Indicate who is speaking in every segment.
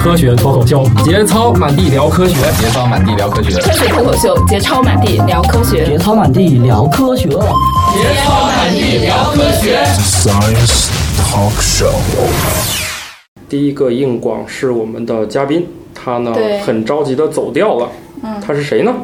Speaker 1: 科学脱口秀，节操满地聊科学，
Speaker 2: 节操满地聊科学，
Speaker 3: 科学脱口秀，节操满地聊科学，
Speaker 4: 节操满地聊科学，
Speaker 5: 节操满地聊科学。
Speaker 6: Science Talk Show。
Speaker 7: 第一个硬广是我们的嘉宾，他
Speaker 8: 啊
Speaker 7: 呢
Speaker 9: 对
Speaker 7: 很着急的走掉了，
Speaker 9: 嗯，
Speaker 7: 他是谁呢？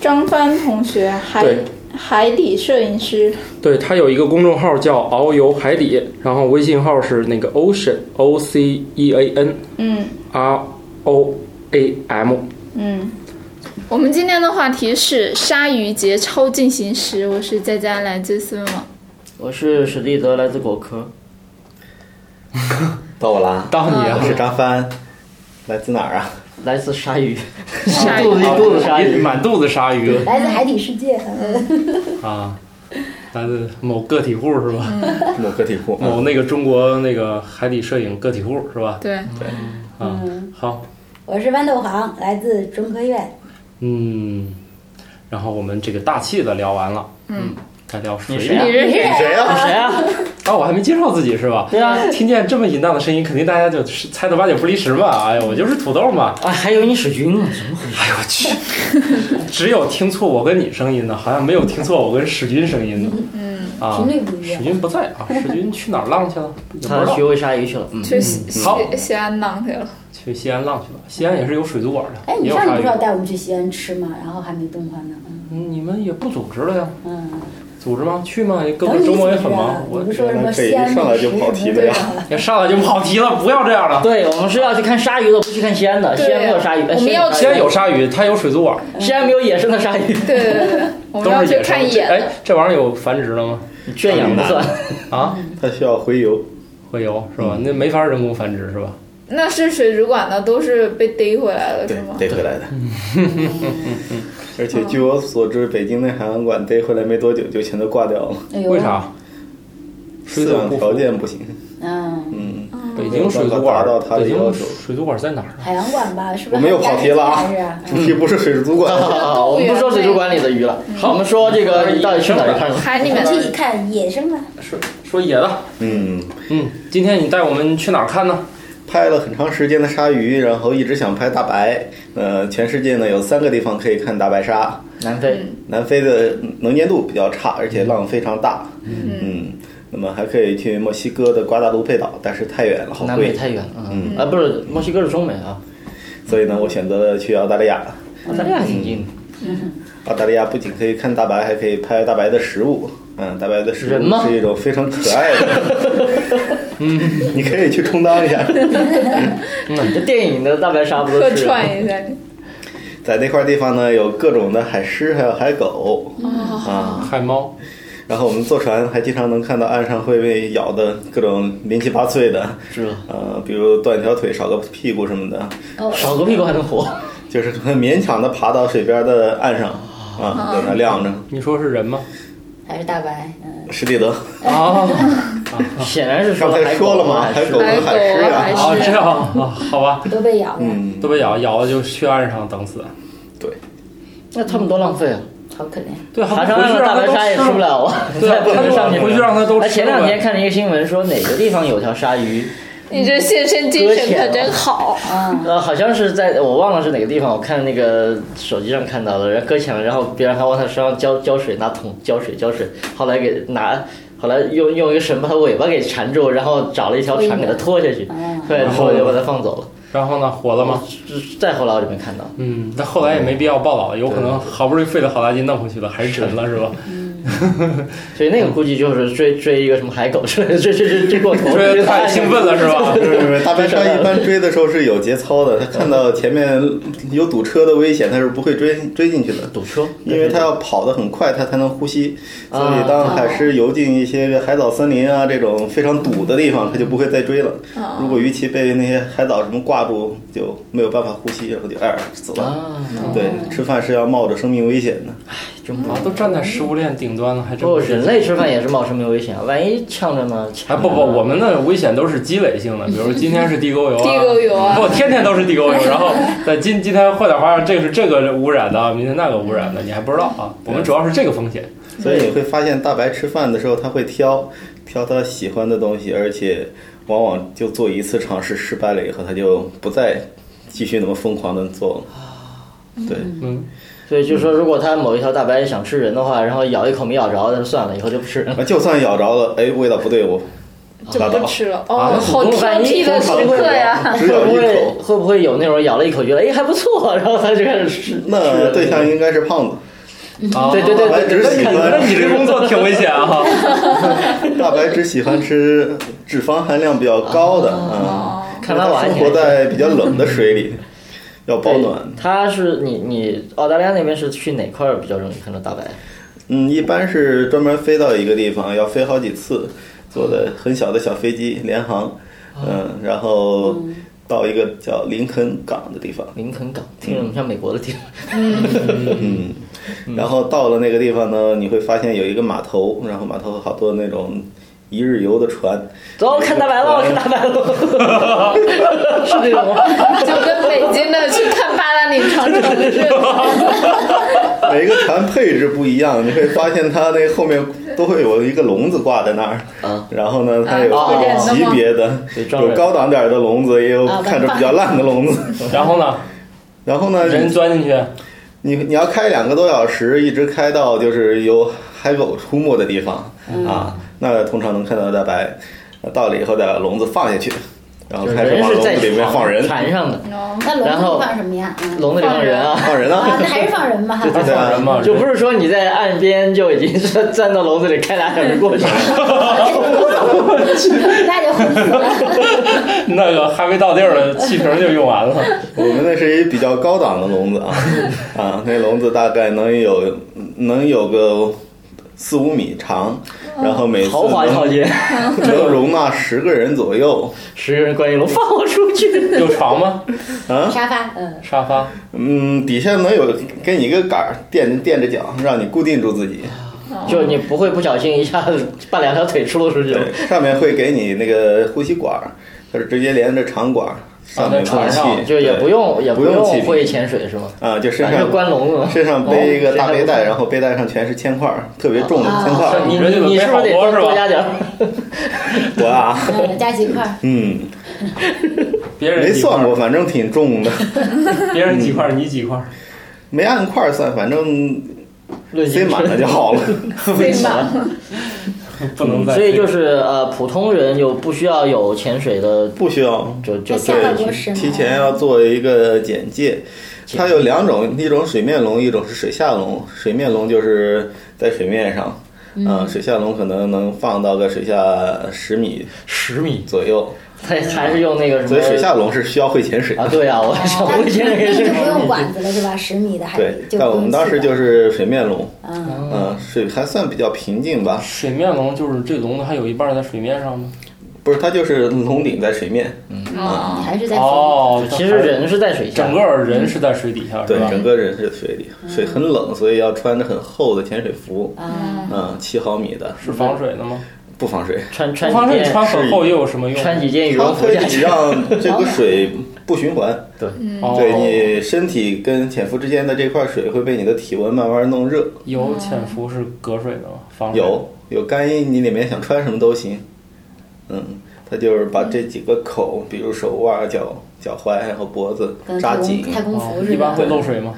Speaker 9: 张帆同学，海
Speaker 7: 对
Speaker 9: 海底摄影师，
Speaker 7: 对他有一个公众号叫“遨游海底”，然后微信号是那个 Ocean O C E A N
Speaker 9: 嗯
Speaker 7: R O A M。
Speaker 9: 嗯。我们今天的话题是鲨鱼节超进行时，我是佳佳，来自四文网。
Speaker 4: 我是史蒂德，来自果壳。
Speaker 8: 到我啦！
Speaker 7: 到你了
Speaker 2: 啊
Speaker 8: 我嗯是张帆，来自哪儿啊？
Speaker 4: 来自鲨鱼，
Speaker 9: 鲨鱼
Speaker 4: 肚子一肚子鲨
Speaker 2: 一
Speaker 4: 鱼，
Speaker 2: 满肚子鲨鱼
Speaker 10: 来自海底世界，嗯，
Speaker 2: 啊！来自某个体户是吧？
Speaker 8: 某个体户，
Speaker 9: 嗯
Speaker 2: 某那个中国那个海底摄影个体户是吧？
Speaker 9: 对，
Speaker 2: 啊，
Speaker 10: 嗯
Speaker 2: 好，
Speaker 10: 我是豌豆黄，来自中科院。
Speaker 2: 嗯，然后我们这个大气的聊完了，
Speaker 9: 嗯，
Speaker 2: 该聊谁
Speaker 4: 你谁
Speaker 2: 呀
Speaker 4: 呀？
Speaker 9: 你是谁？
Speaker 8: 谁呀、
Speaker 4: 谁啊？
Speaker 2: 啊，我还没介绍自己是吧？
Speaker 4: 对啊，
Speaker 2: 听见这么淫荡的声音，肯定大家就是猜的八九不离十嘛。哎呀，我就是土豆嘛。
Speaker 4: 啊，还有你史军呢？什么
Speaker 9: 嗯
Speaker 4: 回事？
Speaker 2: 哎呦我去，只有听错我跟你声音的，好像没有听错我跟史军声音的。
Speaker 9: 嗯，
Speaker 2: 啊，
Speaker 10: 频率不一样
Speaker 2: 史军不在啊，史军去哪儿浪去 了？也不
Speaker 4: 他
Speaker 2: 知道
Speaker 4: 学会鲨鱼去了。嗯，
Speaker 9: 去西
Speaker 2: 好
Speaker 9: 西西安浪去了。
Speaker 2: 去西安浪去了。西安也是有水族馆的，
Speaker 10: 哎，
Speaker 2: 也
Speaker 10: 你
Speaker 2: 有
Speaker 10: 上次
Speaker 2: 鲨
Speaker 10: 不
Speaker 2: 鱼
Speaker 10: 是。要带我们去西安吃吗？然后还没动换呢。嗯
Speaker 2: 嗯你们也不组织了呀？
Speaker 10: 嗯，
Speaker 2: 组织吗？去吗？各
Speaker 10: 等
Speaker 2: 个
Speaker 10: 你
Speaker 2: 周末也
Speaker 10: 组织
Speaker 2: 很
Speaker 10: 啊
Speaker 2: 忙，
Speaker 10: 你
Speaker 2: 我
Speaker 10: 不说什么
Speaker 8: 这
Speaker 10: 西
Speaker 8: 一
Speaker 10: 安美
Speaker 8: 上来
Speaker 10: 食
Speaker 8: 就
Speaker 10: 什么
Speaker 8: 跑题了呀
Speaker 10: 的
Speaker 2: 也上来就跑题了，不要这样了。
Speaker 4: 嗯对，我们是要去看鲨鱼的，不去看西安的。
Speaker 9: 对啊
Speaker 4: 西安没有鲨鱼，哎
Speaker 9: 我们
Speaker 4: 西安
Speaker 9: 要
Speaker 4: 鲨鱼
Speaker 2: 西安有鲨鱼，它有水族馆，
Speaker 4: 西安没有野生的鲨 鱼，
Speaker 9: 对对对对，我们
Speaker 2: 都
Speaker 9: 要
Speaker 2: 是
Speaker 9: 去
Speaker 2: 野生
Speaker 9: 看
Speaker 2: 的。
Speaker 9: 野
Speaker 2: 哎
Speaker 9: 的。，
Speaker 2: 这玩意儿有繁殖的吗？
Speaker 4: 圈养不算。
Speaker 2: 啊，
Speaker 8: 他需要洄游，
Speaker 2: 会有是吧？那没法人工繁殖是吧？
Speaker 9: 那是水族馆的，都是被逮回来了，
Speaker 8: 对
Speaker 9: 是吗，？
Speaker 8: 逮回来的。 而且据我所知，北京那海洋馆逮回来没多久就全都挂掉了，
Speaker 10: 哎呦，
Speaker 2: 为？啥？水
Speaker 8: 饲
Speaker 2: 土
Speaker 8: 养
Speaker 2: 不
Speaker 8: 条
Speaker 2: 服。
Speaker 8: 件不行。
Speaker 10: 嗯，
Speaker 8: 嗯，
Speaker 2: 北京水族馆
Speaker 8: 达到它的
Speaker 2: 北
Speaker 8: 要
Speaker 2: 京
Speaker 8: 求
Speaker 2: 水族馆在哪儿啊？
Speaker 10: 海洋馆吧，是不
Speaker 8: 我
Speaker 10: 是？
Speaker 8: 们又跑题了
Speaker 10: 还是
Speaker 8: 啊！主题不是水族馆，
Speaker 4: 啊， 我们不说水族馆里的鱼了，我们说这个你到底去哪儿看了？
Speaker 9: 海里面
Speaker 10: 你自己看野生的，
Speaker 2: 说说野的。
Speaker 8: 嗯，
Speaker 2: 嗯，今天你带我们去哪儿看呢？
Speaker 8: 拍了很长时间的鲨鱼，然后一直想拍大白。呃，全世界呢有三个地方可以看大白鲨，
Speaker 4: 南非，
Speaker 8: 南非的能见度比较差，而且浪非常大。嗯，那么还可以去墨西哥的瓜达卢佩岛，但是太远了，好
Speaker 4: 南美
Speaker 8: 贵。
Speaker 4: 太远了。嗯，啊，不是墨西哥是中美啊，
Speaker 8: 所以呢，我选择了去澳大利亚。
Speaker 9: 嗯
Speaker 4: 澳大利亚还挺近的。
Speaker 8: 澳大利亚不仅可以看大白，还可以拍大白的食物。嗯，大白的食
Speaker 4: 人
Speaker 8: 物
Speaker 4: 吗
Speaker 8: 是一种非常可爱的。 嗯，你可以去充当一下，
Speaker 4: 嗯，这电影的大白鲨不都
Speaker 9: 客
Speaker 4: 是？
Speaker 9: 串一下。
Speaker 8: 在那块地方呢，有各种的海狮，还有海狗。啊，
Speaker 2: 海猫。
Speaker 8: 然后我们坐船还经常能看到岸上会被咬的各种零七八碎的，
Speaker 4: 是吧
Speaker 8: 呃，比如断条腿、少个屁股什么的，
Speaker 10: 哦
Speaker 4: 少个屁股还能活，
Speaker 8: 就是很勉强的爬到水边的岸上啊，在那晾着。
Speaker 2: 你说是人吗？
Speaker 10: 还是大白？嗯，
Speaker 8: 史蒂德
Speaker 2: 啊
Speaker 4: 显然是说
Speaker 8: 刚
Speaker 4: 了
Speaker 8: 才
Speaker 4: 海
Speaker 8: 说了
Speaker 4: 嘛，
Speaker 8: 嘛，
Speaker 4: 还
Speaker 8: 海
Speaker 4: 是
Speaker 8: 狗和海狮
Speaker 9: 海
Speaker 8: 啊，
Speaker 9: 狗
Speaker 2: 啊，这样啊，好吧，
Speaker 10: 都被咬了，
Speaker 8: 嗯，
Speaker 2: 都被咬，咬了就去岸上等死。
Speaker 4: 那他们多浪费啊！
Speaker 10: 好可怜。
Speaker 2: 对，还
Speaker 4: 爬
Speaker 2: 不
Speaker 4: 上
Speaker 2: 回去让
Speaker 4: 岸了，大
Speaker 2: 它
Speaker 4: 白鲨也
Speaker 2: 都
Speaker 4: 吃不了 啊！
Speaker 2: 对
Speaker 4: 再不能上去了
Speaker 2: 回去让它都吃了
Speaker 4: 哎前两天看了一个新闻，说哪个地方有条鲨鱼，
Speaker 9: 你这献身精神可真好。
Speaker 2: 啊
Speaker 4: 呃，好像是在我忘了是哪个地方，我看那个手机上看到的，然后搁浅了，然后别人还往他身上浇浇水，拿桶浇水浇水，后来给拿。后来用用一个绳把它尾巴给缠住，然后找了一条船给它拖下
Speaker 2: 哎
Speaker 4: 去，
Speaker 10: 嗯
Speaker 4: 对，拖就把它放走了。
Speaker 2: 然后呢，活了吗？
Speaker 4: 再后来我就没看到。
Speaker 2: 嗯，但后来也没必要报道了，有可能好不容易费了好大劲弄回去了，还是沉了，是吧？
Speaker 4: 所以那个
Speaker 2: 嗯
Speaker 4: 估计就是追追一个什么海狗 之类的，追追追追过 头，
Speaker 2: 这也太兴奋了， 是吧？
Speaker 4: 哦
Speaker 8: 不是不是，大白鲨一般追的时候是有节操的，它看到前面有堵车的危险，它是不会追追进去的。
Speaker 4: 堵车，
Speaker 8: 因为它要跑得很快，它才能呼吸。所
Speaker 4: 啊
Speaker 8: 以当海狮游进一些海藻森林啊这种非常堵的地方，它就不会再追了。
Speaker 4: 啊
Speaker 8: 如果鱼鳍被那些海藻什么挂住，就没有办法呼吸，然后就哎死了。
Speaker 4: 啊，
Speaker 8: 对，吃饭是要冒着生命危险的。
Speaker 4: 真
Speaker 2: 啊
Speaker 4: 不，
Speaker 2: 都站在食物链顶端了，还真
Speaker 4: 不，
Speaker 2: 不是
Speaker 4: 哦人类吃饭也是冒生命危险，啊万一呛着呢？
Speaker 2: 哎，
Speaker 4: 呛着
Speaker 2: 不不，我们的危险都是积累性的，比如说今天是地沟 油啊，
Speaker 9: 地沟油啊
Speaker 2: 不，天天都是地沟油，然后在今今天换点花样，这是这个污染的，明天那个污染的，你还不知道啊。我们主要是这个风险，
Speaker 8: 所以你会发现，大白吃饭的时候，它会挑挑它喜欢的东西，而且往往就做一次尝试失败了以后，他就不再继续那么疯狂的做了。对，
Speaker 4: 嗯，所以就是说，如果它某一条大白想吃人的话，然后咬一口没咬着，那就算了，以后就不吃了。
Speaker 8: 就算咬着了，哎，味道不对，我
Speaker 9: 就
Speaker 8: 拉倒
Speaker 9: 不。吃了。
Speaker 8: 啊
Speaker 9: 哦，好挑剔的时刻呀！
Speaker 8: 只咬
Speaker 4: 会
Speaker 8: 一
Speaker 4: 不会
Speaker 8: 口
Speaker 4: 会不会有那种咬了一口觉得哎还不错，然后他就开始吃？吃
Speaker 8: 那
Speaker 4: 了
Speaker 8: 对象应该是胖子，
Speaker 4: 嗯对对对
Speaker 8: 大白只喜欢
Speaker 2: 啊那你这工作挺危险 啊！
Speaker 8: 大白只喜欢吃脂肪含量比较高的啊，嗯
Speaker 4: 看来我还
Speaker 8: 生
Speaker 4: 挺
Speaker 8: 活在比较冷的水里，要保暖。
Speaker 4: 他是你你澳大利亚那边是去哪块儿比较容易看到大白？
Speaker 8: 嗯，一般是专门飞到一个地方，要飞好几次，坐的很小的小飞机联航，嗯，然后到一个叫林肯港的地方，
Speaker 4: 林肯港，听着像美国的地方。
Speaker 8: 嗯，然后到了那个地方呢，你会发现有一个码头，然后码头有好多那种一日游的船，
Speaker 4: 走，看大白了，我看大白 了，是这种吗？
Speaker 9: 就跟北京的去看八达岭长城似的。
Speaker 8: 每个船配置不一样，你会发现它那后面都会有一个笼子挂在那儿，
Speaker 4: 啊，
Speaker 8: 然后呢，它有
Speaker 4: 啊
Speaker 8: 各种级别的，
Speaker 4: 对专门
Speaker 8: 有高档点儿的笼子，也有看着比较烂的笼子。
Speaker 2: 然后呢，
Speaker 8: 然后呢，
Speaker 2: 人钻进去，
Speaker 8: 你你要开两个多小时，一直开到就是有海狗出没的地方、啊，那通常能看到大白。到了以后再把笼子放下去，然后
Speaker 4: 就是
Speaker 8: 开始
Speaker 4: 人
Speaker 8: 往
Speaker 4: 是
Speaker 8: 笼
Speaker 4: 在
Speaker 8: 子里面放人，
Speaker 4: 船上的，
Speaker 10: 那笼
Speaker 4: 然后
Speaker 10: 子放什么呀？嗯
Speaker 4: 笼子里放人啊。
Speaker 8: 放人
Speaker 10: 啊，
Speaker 8: 啊
Speaker 10: 那，还是放人吧。
Speaker 2: 他
Speaker 8: 对啊
Speaker 2: 放人嘛，
Speaker 4: 就不是说你在岸边就已经是 站到笼子里开俩小时过去 了，
Speaker 10: 那就昏死了。
Speaker 2: 那个还没到地儿呢，气瓶就用完了。
Speaker 8: 我们那是一比较高档的笼子 啊，啊，那笼子大概能有能有个四五米长，然后每次
Speaker 4: 豪华套
Speaker 8: 能
Speaker 4: 间，
Speaker 8: 能容纳十个人左右。
Speaker 4: 十个人关一笼，放我出去。
Speaker 2: 有床吗？
Speaker 10: 沙发，嗯，
Speaker 2: 沙发？
Speaker 8: 啊嗯，底下能有给你一个杆儿垫垫着脚，让你固定住自己。哦
Speaker 4: 就你不会不小心一下子把两条腿出了出去了
Speaker 8: 对，上面会给你那个呼吸管儿，它是直接连着肠管儿，上面
Speaker 2: 在
Speaker 4: 啊
Speaker 8: 充
Speaker 2: 船
Speaker 8: 气
Speaker 2: 上，
Speaker 4: 就也不用也
Speaker 8: 不用
Speaker 4: 用
Speaker 8: 气瓶
Speaker 4: 会潜水是吗？
Speaker 8: 对啊，就身
Speaker 4: 反正
Speaker 8: 上
Speaker 4: 就关笼子嘛。
Speaker 8: 身上背一
Speaker 4: 哦
Speaker 8: 个大背带，
Speaker 4: 身上
Speaker 8: 然后背带上全是铅块儿，特别重的铅块
Speaker 2: 啊
Speaker 8: 儿。
Speaker 4: 你你你是不是得多多加点儿？
Speaker 8: 我啊，
Speaker 10: 嗯加几 块儿，
Speaker 8: 嗯，
Speaker 2: 别人
Speaker 8: 没
Speaker 2: 几块
Speaker 8: 算过，反正挺重的，
Speaker 2: 别人
Speaker 4: 嗯
Speaker 2: 几块，你几块？
Speaker 8: 没按块儿算，反正
Speaker 4: 论斤
Speaker 8: 塞满了就好了。
Speaker 9: 对吧？
Speaker 2: 不能再。
Speaker 4: 嗯所以就是呃，普通人就不需要有潜水的，
Speaker 8: 不需要
Speaker 4: 就就就
Speaker 10: 那下半多深啊？
Speaker 8: 提前要做一个简介。
Speaker 4: 介
Speaker 8: 它有两种，一种水面龙，一种是水下龙。水面龙就是在水面上，嗯、水下龙可能能放到个水下十米
Speaker 4: 十米，
Speaker 8: 左右，
Speaker 4: 他还是用那个什么？
Speaker 8: 所以水下龙是需要会潜水
Speaker 4: 嗯
Speaker 8: 的。
Speaker 4: 啊，对啊，我想
Speaker 10: 那
Speaker 4: 我以前
Speaker 10: 那
Speaker 4: 也是
Speaker 10: 就
Speaker 4: 十
Speaker 10: 不用
Speaker 4: 米。
Speaker 10: 管子了是吧？十米的海
Speaker 8: 对
Speaker 10: 里，就
Speaker 8: 但我
Speaker 10: 不
Speaker 8: 们
Speaker 10: 用
Speaker 8: 当
Speaker 10: 去
Speaker 8: 时
Speaker 10: 了
Speaker 8: 就是水面龙，
Speaker 10: 嗯，
Speaker 8: 嗯、水还算比较平静吧，
Speaker 2: 水面龙就是这笼子还有一半在水面上吗？
Speaker 8: 不是，它就是龙顶在水面，
Speaker 10: 你还是在说
Speaker 2: 哦，
Speaker 4: 其实人是在水下，
Speaker 2: 整个人是在水底下，
Speaker 8: 对
Speaker 2: 啊是，吧？
Speaker 8: 整个人是水里，水很冷，所以要穿着很厚的潜水服，
Speaker 10: 啊，
Speaker 8: 嗯，七毫米的
Speaker 2: 是防水的吗？
Speaker 8: 不防水，
Speaker 4: 穿
Speaker 2: 不
Speaker 4: 穿
Speaker 2: 防
Speaker 4: 几
Speaker 2: 水
Speaker 4: 件
Speaker 2: 穿很厚又有什么用？
Speaker 4: 穿几件羽
Speaker 8: 它
Speaker 4: 绒服
Speaker 8: 可
Speaker 4: 下
Speaker 8: 以
Speaker 4: 去。
Speaker 8: 让这个水不循环。
Speaker 4: 对，
Speaker 2: 哦
Speaker 8: 对你身体跟潜伏之间的这块水会被你的体温慢慢弄热，
Speaker 2: 有潜伏是隔水的吗？防水
Speaker 8: 有有干衣，你里面想穿什么都行。嗯，它就是把这几个口，比如手腕、脚、脚踝，然后脖子
Speaker 10: 跟
Speaker 8: 扎
Speaker 10: 太
Speaker 8: 紧
Speaker 10: 空，太空服
Speaker 2: 哦
Speaker 10: 似
Speaker 2: 一般会
Speaker 10: 的。
Speaker 2: 漏水吗？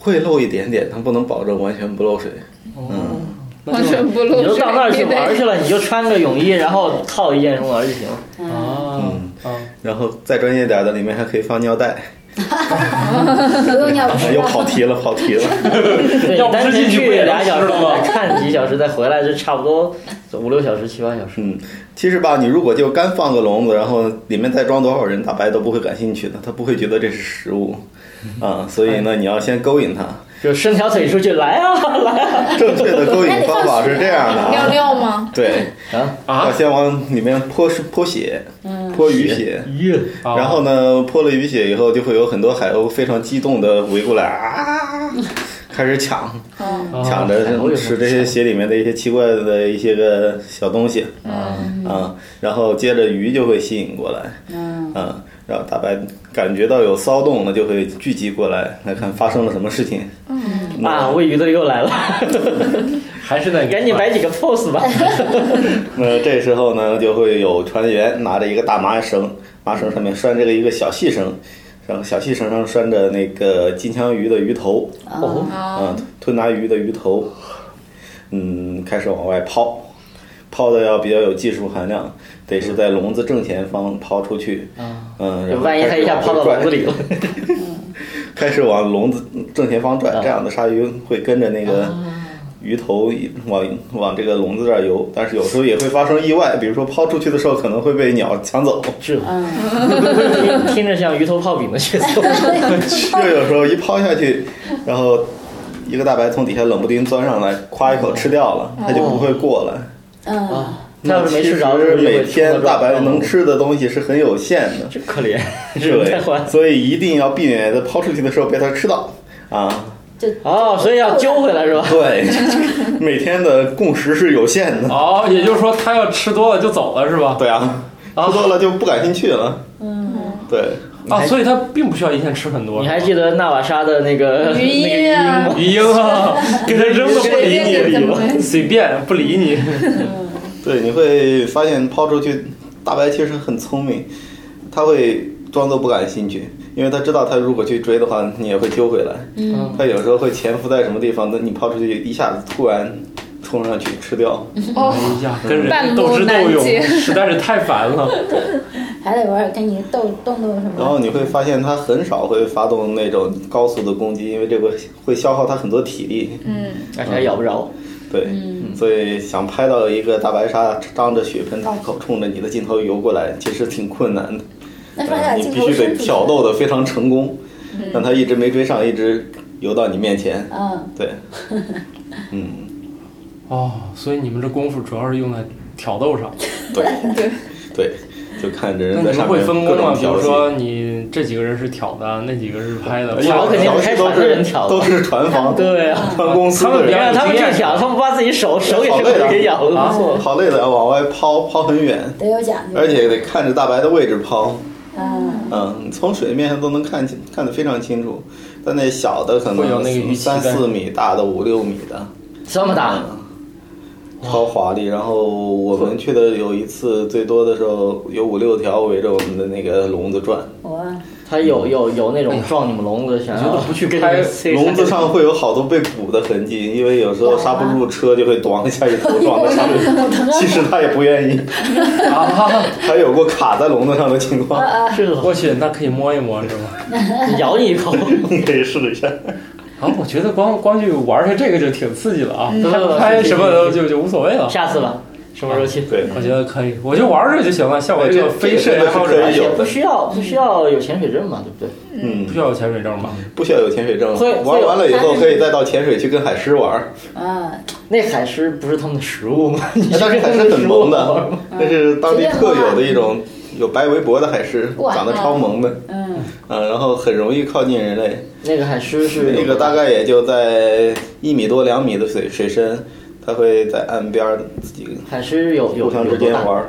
Speaker 8: 会漏一点点，它不能保证完全不漏水。
Speaker 2: 哦
Speaker 9: 完
Speaker 2: 啊
Speaker 9: 全不露
Speaker 4: 你都到那儿去
Speaker 9: 水
Speaker 4: 玩儿去了，你就穿个泳衣，然后套一件什么玩儿就行了。
Speaker 2: 啊啊！
Speaker 8: 然后再专业点儿的，里面还可以放 尿袋。
Speaker 10: 不 用尿不
Speaker 2: 哎
Speaker 10: 湿
Speaker 8: 又跑题了，跑题了。
Speaker 4: 对，
Speaker 2: 要
Speaker 4: 你
Speaker 2: 不
Speaker 4: 单
Speaker 2: 是
Speaker 4: 纯
Speaker 2: 进去不
Speaker 4: 去
Speaker 2: 也
Speaker 4: 俩
Speaker 2: 能
Speaker 4: 小
Speaker 2: 吃
Speaker 4: 时
Speaker 2: 了吗，
Speaker 4: 看几小时再回来，就差不多五六小时、七八小时。
Speaker 8: 嗯，其实吧，你如果就干放个笼子，然后里面再装多少人，大白都不会感兴趣的，他不会觉得这是食物。啊，所以呢，你要先勾引他。
Speaker 4: 就伸条腿出去，来啊来啊！
Speaker 8: 正确的勾引方法是这样的
Speaker 9: 尿
Speaker 8: 啊，
Speaker 9: 尿吗？
Speaker 8: 对，
Speaker 4: 啊，
Speaker 8: 要先往里面泼是泼血，泼鱼血，
Speaker 4: 晕！
Speaker 2: 啊
Speaker 8: 然后呢，泼了鱼血以后，就会有很多海鸥非常激动的围过来啊，开始抢，抢着
Speaker 4: 哦海鸥有
Speaker 8: 吃这些血里面的一些奇怪的一些个小东西，啊，然后接着鱼就会吸引过来，嗯，然后大白感觉到有骚动了，就会聚集过来来看发生了什么事情，
Speaker 4: 啊，喂鱼的又来了，
Speaker 2: 还是那
Speaker 4: 赶紧摆几个 pose 吧。
Speaker 8: 那这时候呢，就会有船员拿着一个大麻绳，麻绳上面拴着一个小细绳，然后小细绳上拴着那个金枪鱼的鱼头，
Speaker 4: 哦
Speaker 8: 啊，吞拿鱼的鱼头，嗯，开始往外抛，抛的要比较有技术含量，得是在笼子正前方抛出去，嗯，然后
Speaker 4: 哦万一他一下
Speaker 8: 开始
Speaker 4: 抛到
Speaker 8: 往
Speaker 4: 笼子里了，
Speaker 8: 开始往笼子正前方转，这样的鲨鱼会跟着那个鱼头一往往这个笼子这儿游，但是有时候也会发生意外，比如说抛出去的时候可能会被鸟抢走，
Speaker 4: 是
Speaker 10: 嗯，
Speaker 4: 听听着像鱼头泡饼的节奏。
Speaker 8: 又有时候一抛下去，然后一个大白从底下冷不丁钻上来，夸一口吃掉了，它就不会过来。
Speaker 2: 啊
Speaker 10: 嗯，
Speaker 4: 他啊要是没
Speaker 8: 其
Speaker 4: 吃
Speaker 8: 实
Speaker 4: 着，是不是就会
Speaker 8: 每天大白能
Speaker 4: 吃，
Speaker 8: 吃的东西是很有限的，
Speaker 4: 真可 怜， 是
Speaker 8: 对
Speaker 4: 太坏了。
Speaker 8: 所以一定要避免在抛出去的时候被它吃到啊。
Speaker 4: 哦，所以要揪回来是吧？
Speaker 8: 对， 每天的共识是有限的。
Speaker 2: 哦，也就是说他要吃多了就走了是吧？
Speaker 8: 对啊，喝多了就不感兴趣了。嗯，对，
Speaker 2: 啊，所以他并不需要一天吃很多。
Speaker 4: 你还记得纳瓦莎的那个
Speaker 9: 鱼
Speaker 4: 那个
Speaker 9: 鹰啊
Speaker 4: 吗？
Speaker 2: 鱼鹰啊，给他扔了不理
Speaker 9: 随便怎么
Speaker 2: 你，随便不理 你。
Speaker 8: 对，你会发现抛出去，大白其实很聪明，他会装作不感兴趣，因为他知道他如果去追的话，你也会揪回来。嗯，他有时候会潜伏在什么地方，那你抛出去一下子突然冲上去吃掉。
Speaker 2: 哎呀，跟人
Speaker 9: 半
Speaker 2: 斗
Speaker 9: 路
Speaker 2: 智斗
Speaker 9: 难
Speaker 2: 勇
Speaker 9: 解
Speaker 2: 实在是太烦了。
Speaker 10: 还得玩儿跟你斗动动什
Speaker 8: 然
Speaker 10: 么
Speaker 2: 哦
Speaker 8: 后你会发现他很少会发动那种高速的攻击，因为这个会消耗他很多体力。
Speaker 4: 而且哎还咬不着。
Speaker 8: 对，
Speaker 10: 嗯
Speaker 8: 所以想拍到一个大白鲨张着血盆大口冲着你的镜头游过来，其实挺困难的。呃
Speaker 10: 那放下
Speaker 8: 你
Speaker 10: 镜
Speaker 8: 必
Speaker 10: 头
Speaker 8: 须得
Speaker 10: 身体
Speaker 8: 挑逗的非常成功，让它一直没追上，一直游到你面前。
Speaker 10: 嗯，
Speaker 8: 对，嗯，
Speaker 2: 哦，所以你们这功夫主要是用在挑逗上。
Speaker 8: 对， 对，就看着
Speaker 2: 那
Speaker 8: 人在
Speaker 2: 你们
Speaker 8: 上
Speaker 2: 会
Speaker 8: 面
Speaker 2: 分
Speaker 8: 各
Speaker 2: 工吗？
Speaker 8: 种
Speaker 2: 比
Speaker 8: 调
Speaker 2: 如
Speaker 8: 戏。
Speaker 2: 说你这几个人是挑的，那几个是拍的。
Speaker 4: 挑肯定是开船的人挑的
Speaker 8: 都是船房，
Speaker 4: 对啊，
Speaker 8: 船公司
Speaker 2: 他
Speaker 8: 的
Speaker 2: 们
Speaker 4: 别
Speaker 2: 比较
Speaker 8: 人。
Speaker 4: 让他们去挑，他们把自己手 手给这个给咬了，不错。
Speaker 8: 啊好累啊的，往外抛抛很远，
Speaker 10: 得有讲究。
Speaker 8: 而且得看着大白的位置抛。
Speaker 10: 嗯，
Speaker 8: 嗯，从水面上都能看清，看得非常清楚。但那小的可
Speaker 2: 会有
Speaker 8: 能
Speaker 2: 那个鱼鳍
Speaker 8: 三
Speaker 2: 在
Speaker 8: 四米，大的五六米的，
Speaker 4: 这么大，
Speaker 2: 哦
Speaker 8: 超华丽。然后我们去的有一次，最多的时候有五六条围着我们的那个笼子转，
Speaker 10: 我
Speaker 4: 他有有有那种撞你们笼子，想要
Speaker 2: 不去
Speaker 4: 跟你
Speaker 2: 拍
Speaker 4: 们 say
Speaker 8: 哎笼子上会有好多被捕的痕迹，因为有时候刹不住车就会咣一下一头撞在上面，其实他也不愿意，
Speaker 2: 啊，
Speaker 8: 还有过卡在笼子上的情况，
Speaker 4: 是的，
Speaker 2: 我去，那可以摸一摸是吗？
Speaker 4: 咬你一口，
Speaker 8: 你可以试一下。
Speaker 2: 啊，我觉得光光去玩下这个就挺刺激了啊，
Speaker 4: 嗯
Speaker 2: 拍拍什么都就就无所谓了。
Speaker 4: 下次吧，什么时候去？
Speaker 8: 对，
Speaker 2: 我觉得可以，我就玩这就行了。像我这个非摄影爱好
Speaker 8: 这
Speaker 2: 者
Speaker 8: 个
Speaker 4: 而
Speaker 8: 是，
Speaker 4: 且不需要不需要有潜水证嘛，对不对？
Speaker 8: 嗯
Speaker 2: 不，需要有潜水证吧？
Speaker 8: 不需要有潜水证
Speaker 4: 会，会
Speaker 8: 玩
Speaker 4: 有
Speaker 8: 完了以后可以再到潜水去跟海狮玩儿。
Speaker 10: 嗯，
Speaker 4: 那海狮不是他们的食物吗？ 你
Speaker 8: 哎但是海
Speaker 4: 跟他
Speaker 8: 狮
Speaker 4: 们
Speaker 8: 很
Speaker 4: 食物
Speaker 8: 萌的
Speaker 4: 玩吗，
Speaker 8: 那是当地特有的一种有白围脖的海狮，
Speaker 10: 哇
Speaker 8: 长得超萌的，
Speaker 10: 嗯，
Speaker 8: 嗯，然后很容易靠近人类。
Speaker 4: 那个海狮是
Speaker 8: 那个大概也就在一米多两米的水水深，它会在岸边儿自己
Speaker 4: 海狮有有
Speaker 8: 互相
Speaker 4: 有
Speaker 8: 之
Speaker 4: 多
Speaker 8: 间
Speaker 4: 大
Speaker 8: 玩？儿。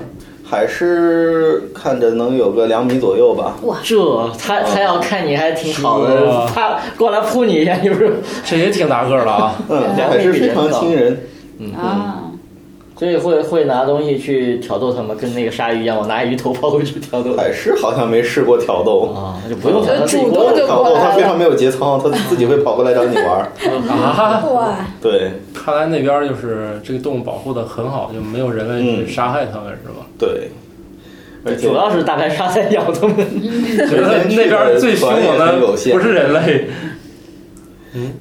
Speaker 8: 海狮看着能有个两米左右吧，
Speaker 4: 这他他要看你还挺好
Speaker 2: 是
Speaker 4: 的
Speaker 2: 啊，
Speaker 4: 他过来扑你一下，你不是？
Speaker 2: 这也挺大个儿了啊！
Speaker 8: 嗯，
Speaker 4: 两
Speaker 8: 海
Speaker 4: 米
Speaker 8: 狮
Speaker 4: 比
Speaker 8: 非
Speaker 4: 人
Speaker 8: 常
Speaker 4: 高
Speaker 8: 亲人，嗯
Speaker 10: 啊，
Speaker 4: 所以会会拿东西去挑逗他们，跟那个鲨鱼一样，我拿鱼头抛过去挑逗
Speaker 8: 嗯海狮好像没试过挑逗。
Speaker 4: 啊，就不用挑逗自己
Speaker 9: 主
Speaker 4: 过
Speaker 9: 动
Speaker 4: 来。
Speaker 9: 就
Speaker 8: 挑
Speaker 9: 过
Speaker 8: 逗它
Speaker 9: 来
Speaker 8: 非
Speaker 9: 了。
Speaker 8: 常没有节操，它自己会跑过来找你玩儿。
Speaker 2: 啊，
Speaker 10: 哇，
Speaker 8: 对
Speaker 2: 看来那边儿就是这个动物保护的很好，就没有人类去杀害它们，是吧？
Speaker 8: 对，而且
Speaker 4: 主要是大白鲨在咬他们，
Speaker 2: 觉得那边儿最凶猛的不是人类，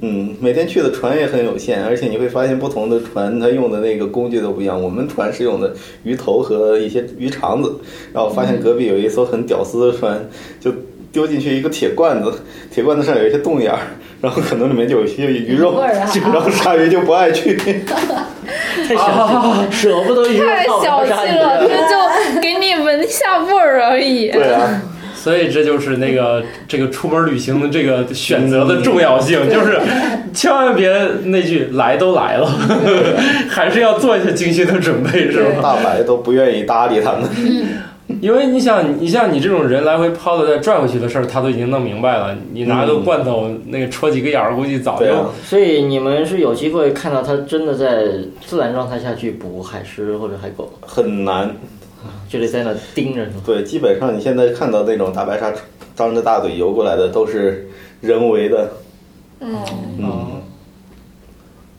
Speaker 8: 嗯，每天去的船也很有限，而且你会发现不同的船它用的那个工具都不一样。我们船是用的鱼头和一些鱼肠子，然后我发现隔壁有一艘很屌丝的船，就丢进去一个铁罐子， 铁罐子上有一些洞眼儿，然后可能里面就有一些鱼肉，
Speaker 10: 味儿啊
Speaker 8: 然后鲨鱼就不爱去。
Speaker 4: 太小气了，舍不得鱼肉
Speaker 9: 太
Speaker 4: 泡
Speaker 9: 小
Speaker 4: 不
Speaker 9: 气
Speaker 4: 上鲨鱼
Speaker 9: 了，他就给你闻一下味儿而已。
Speaker 8: 对啊，
Speaker 2: 所以这就是那个这个出门旅行的这个选择的重要性，就是千万别那句“来都来了”， 还是要做一些精心的准备，是吧？
Speaker 8: 大白都不愿意搭理他们。
Speaker 2: 因为你想，你像你这种人来回抛的再拽回去的事儿，他都已经弄明白了。你拿个罐头那个戳几个眼儿，估计早就
Speaker 8: 啊
Speaker 4: 所以你们是有机会看到它真的在自然状态下去捕海狮或者海狗，
Speaker 8: 很难，
Speaker 4: 就得在那盯着。
Speaker 8: 对，基本上你现在看到那种大白鲨张着大嘴游过来的，都是人为的。
Speaker 9: 嗯，
Speaker 8: 嗯，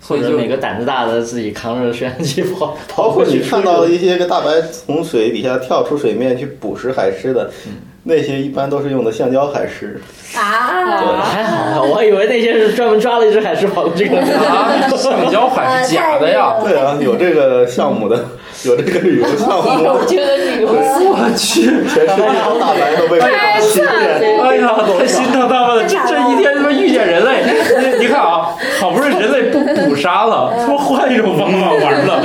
Speaker 4: 或者每个胆子大的自己扛着摄像机跑跑
Speaker 8: 包括
Speaker 4: 过去
Speaker 8: 你
Speaker 4: 追着。
Speaker 8: 看到的一些个大白从水底下跳出水面去捕食海狮的，那些一般都是用的橡胶海狮。
Speaker 10: 啊，
Speaker 4: 还好，我以为那些是专门抓了一只海狮跑过去的。
Speaker 2: 啊，橡胶海是假的呀。
Speaker 8: 对啊，有这个项目的，有这个旅游项目，
Speaker 3: 我觉得旅
Speaker 2: 呃
Speaker 3: 游
Speaker 2: 我去，
Speaker 8: 全世界的大白都被
Speaker 9: 太
Speaker 8: 欺骗。
Speaker 2: 哎呀，太心疼他们了！这这一天他妈遇见人类，你你看啊，好不容易人类不捕杀了，他妈换一种方法玩了。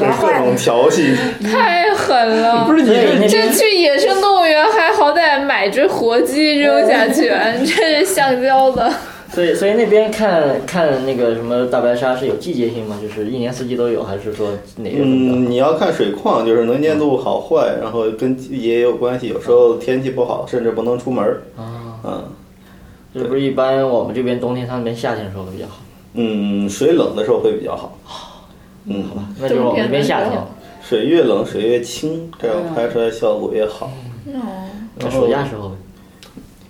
Speaker 8: 就是各种调戏，
Speaker 9: 太狠了。
Speaker 2: 不是你
Speaker 4: 对
Speaker 2: 这
Speaker 4: 那
Speaker 9: 这
Speaker 4: 边
Speaker 9: 去野生动物园还好歹买只活鸡、这种甲 犬，这是橡胶的。
Speaker 4: 所以所以那边看看那个什么大白鲨是有季节性吗？就是一年四季都有，还是说哪个比较？
Speaker 8: 嗯，你要看水况，就是能见度好坏，然后跟也有关系。有时候天气不好，甚至不能出门儿。嗯
Speaker 4: 是不是一般我们这边冬天，他那边夏天的时候会比较好？
Speaker 8: 嗯，水冷的时候会比较好。嗯，好吧，
Speaker 4: 那就是我们这边夏
Speaker 9: 冬天
Speaker 4: 天
Speaker 9: 的，
Speaker 8: 水越冷水越清，这样拍出来效果越好。
Speaker 4: 那暑假时候呗。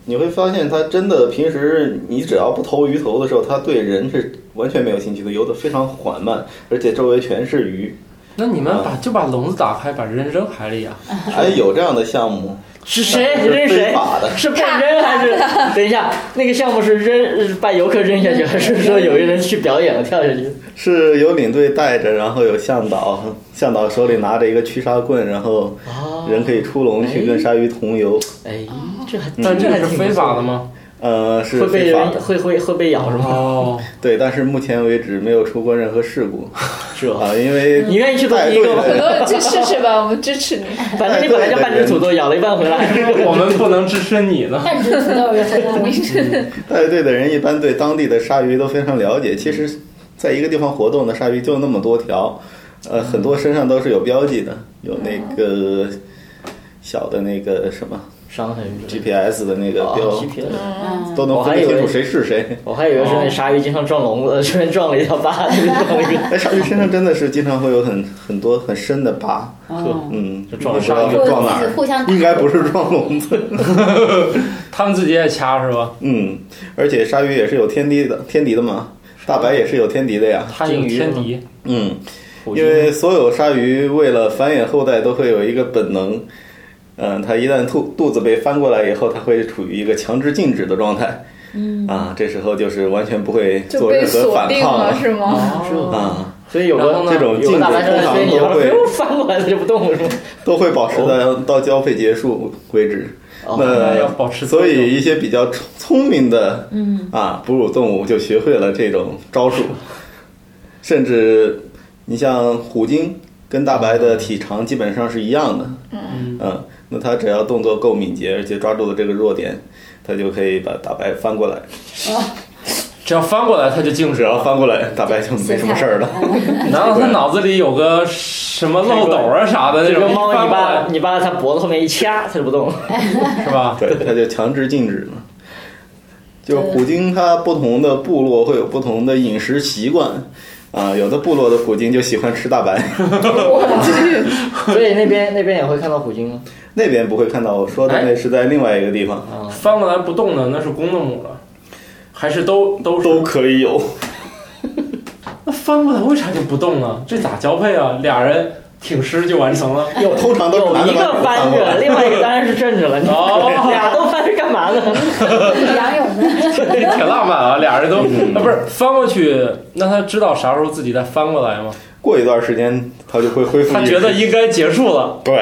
Speaker 8: 你会发现，它真的平时你只要不投鱼头的时候，它对人是完全没有兴趣的，游得非常缓慢，而且周围全 是鱼。
Speaker 2: 那你们把就把笼子打开，把人扔海里啊！
Speaker 8: 还哎有这样的项目，
Speaker 4: 是 谁
Speaker 8: 是
Speaker 4: 扔谁
Speaker 8: 非法的？
Speaker 4: 是被扔还是？等一下，那个项目是扔是把游客扔下去，还是说有一人去表演了跳下去？
Speaker 8: 是有领队带着，然后有向导，向导手里拿着一个驱鲨棍，然后
Speaker 4: 哦
Speaker 8: 人可以出笼去跟鲨鱼同游。
Speaker 4: 哎，这还
Speaker 2: 但这
Speaker 4: 还
Speaker 2: 个是非法的？吗？
Speaker 8: 呃，是
Speaker 4: 哎会被
Speaker 8: 非法
Speaker 4: 人
Speaker 8: 的，
Speaker 4: 会会会被咬是吗？
Speaker 2: 哦，
Speaker 8: 对，但是目前为止没有出过任何事故
Speaker 4: 是吧？
Speaker 8: 啊，因为
Speaker 4: 你愿意去做第一个吗
Speaker 8: 带
Speaker 9: 很
Speaker 8: 队的
Speaker 9: 多呃去试试吧，我们支持你。
Speaker 4: 反正你本来就半只土豆，咬了一半回来。
Speaker 2: 我们不能支持你呢。
Speaker 10: 半只土豆就回来了。
Speaker 8: 带队的人一般对当地的鲨鱼都非常了
Speaker 4: 嗯
Speaker 8: 解。其实，在一个地方活动的鲨鱼就那么多条，
Speaker 4: 嗯
Speaker 8: 呃，很多身上都是有标记的，有那个小的那个什么
Speaker 4: 伤痕是吧
Speaker 8: GPS 的那个
Speaker 4: 啊
Speaker 8: 标，
Speaker 4: GPS
Speaker 10: 嗯，
Speaker 8: 都能
Speaker 4: 我还
Speaker 8: 分得
Speaker 4: 以为
Speaker 8: 清楚谁是谁。
Speaker 4: 我哦还以为是那鲨鱼经常撞笼子，顺便撞了一下疤，就撞了一个。
Speaker 8: 哎，鲨鱼身上真的是经常会有很很多很深的疤，
Speaker 4: 哦
Speaker 10: 嗯，
Speaker 8: 嗯，
Speaker 4: 就撞
Speaker 8: 不
Speaker 4: 了
Speaker 8: 知道是
Speaker 10: 就
Speaker 8: 撞哪
Speaker 10: 自己互相
Speaker 8: 儿，应该不是撞笼子。
Speaker 2: 他们自己也掐是吧？
Speaker 8: 嗯，而且鲨鱼也是有天敌的，天敌的嘛，大白也是有天敌的呀。
Speaker 2: 他有天敌，
Speaker 8: 嗯，因为所有鲨鱼为了繁衍后代都会有一个本能，嗯，它一旦肚肚子被翻过来以后，它会处于一个强制禁止的状态。嗯啊，这时候就是完全不会
Speaker 9: 就
Speaker 8: 做
Speaker 9: 被
Speaker 8: 任何
Speaker 9: 锁
Speaker 8: 反
Speaker 9: 定
Speaker 8: 抗
Speaker 9: 了嗯是 吗？
Speaker 2: 哦
Speaker 8: 啊，
Speaker 4: 所以有个
Speaker 8: 这种
Speaker 4: 有
Speaker 8: 禁
Speaker 4: 个大
Speaker 8: 止
Speaker 4: 白鲨
Speaker 8: 通
Speaker 4: 在飞，
Speaker 8: 常
Speaker 4: 你要是飞
Speaker 8: 都会
Speaker 4: 又翻过来，它就不动了是吗？
Speaker 8: 都会保持到到交配结束为止。
Speaker 4: 哦
Speaker 2: 那要
Speaker 8: 那
Speaker 2: 保持
Speaker 8: 所
Speaker 2: 尊重
Speaker 8: 以一些比较聪聪明的，嗯啊，哺乳动物就学会了这种招 数，甚至你像虎鲸跟大白的体长基本上是一样的，嗯那它只要动作够敏捷，而且抓住了这个弱点，它就可以把大白翻过来。
Speaker 2: 只要翻过来他就静止
Speaker 8: 只要
Speaker 2: 了。
Speaker 8: 翻过来，大白就没什么事儿了。
Speaker 2: 难道他脑子里有个什么漏斗啊啥的那
Speaker 4: 就
Speaker 2: 种？
Speaker 4: 跟猫
Speaker 2: 翻
Speaker 4: 你
Speaker 2: 过来
Speaker 4: 把你把它脖子后面一掐，它就不动了。
Speaker 2: 是吧？
Speaker 8: 对，它就强制禁止嘛。就虎鲸，它不同的部落会有不同的饮食习惯，啊，有的部落的虎鲸就喜欢吃大白，
Speaker 4: 所以那边那边也会看到 虎鲸吗？
Speaker 8: 那边不会看到。我说的那是在另外一个地方，
Speaker 2: 翻过来不动的那是公的母的，还是都都是？
Speaker 8: 都可以有。
Speaker 2: 那翻过来为啥就不动呢？这咋交配啊？俩人挺尸就完成了。
Speaker 4: 有
Speaker 8: 通常都是
Speaker 4: 有
Speaker 8: 男的
Speaker 4: 一个
Speaker 8: 把它
Speaker 4: 翻
Speaker 8: 翻过
Speaker 4: 着，
Speaker 8: 来
Speaker 4: 另外一个当然是正着了。你
Speaker 2: 哦
Speaker 4: 俩都翻着干 嘛呢？
Speaker 10: 仰泳的，
Speaker 2: 挺浪漫啊，俩人都 啊，不是翻过去，那他知道啥时候自己再翻过来吗？
Speaker 8: 过一段时间，它就会恢复饮食。
Speaker 2: 他觉得应该结束了。
Speaker 8: 对，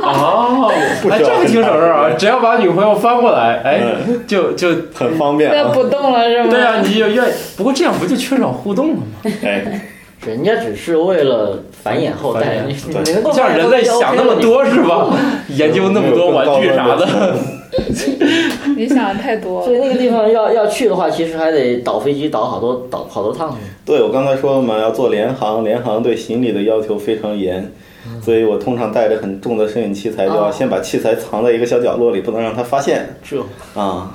Speaker 2: 哦，
Speaker 8: 不
Speaker 2: 哎，
Speaker 8: 需要
Speaker 2: 这个挺省事儿啊，只要把女朋友翻过来，哎，就就
Speaker 8: 嗯很方便
Speaker 9: 那
Speaker 8: 啊。
Speaker 9: 不动了是吗？
Speaker 2: 对啊，你就愿意。不过这样不就缺少互动了吗？
Speaker 8: 哎，
Speaker 4: 人家只是为了繁衍后
Speaker 2: 繁
Speaker 4: 代，
Speaker 2: 衍
Speaker 4: 你你
Speaker 8: 对
Speaker 4: 能够
Speaker 2: 像人类想那么多是吧？研究那么多玩具啥的，
Speaker 9: 你想的太多
Speaker 4: 所
Speaker 9: 了。
Speaker 4: 以那个地方要要去的话，其实还得倒飞机倒好多倒好多趟。
Speaker 8: 对我刚才说了嘛，要做联航，联航对行李的要求非常严。所以我通常带着很重的摄影器材，就要先把器材藏在一个小角落里，不能让它发现。
Speaker 4: 这
Speaker 8: 啊，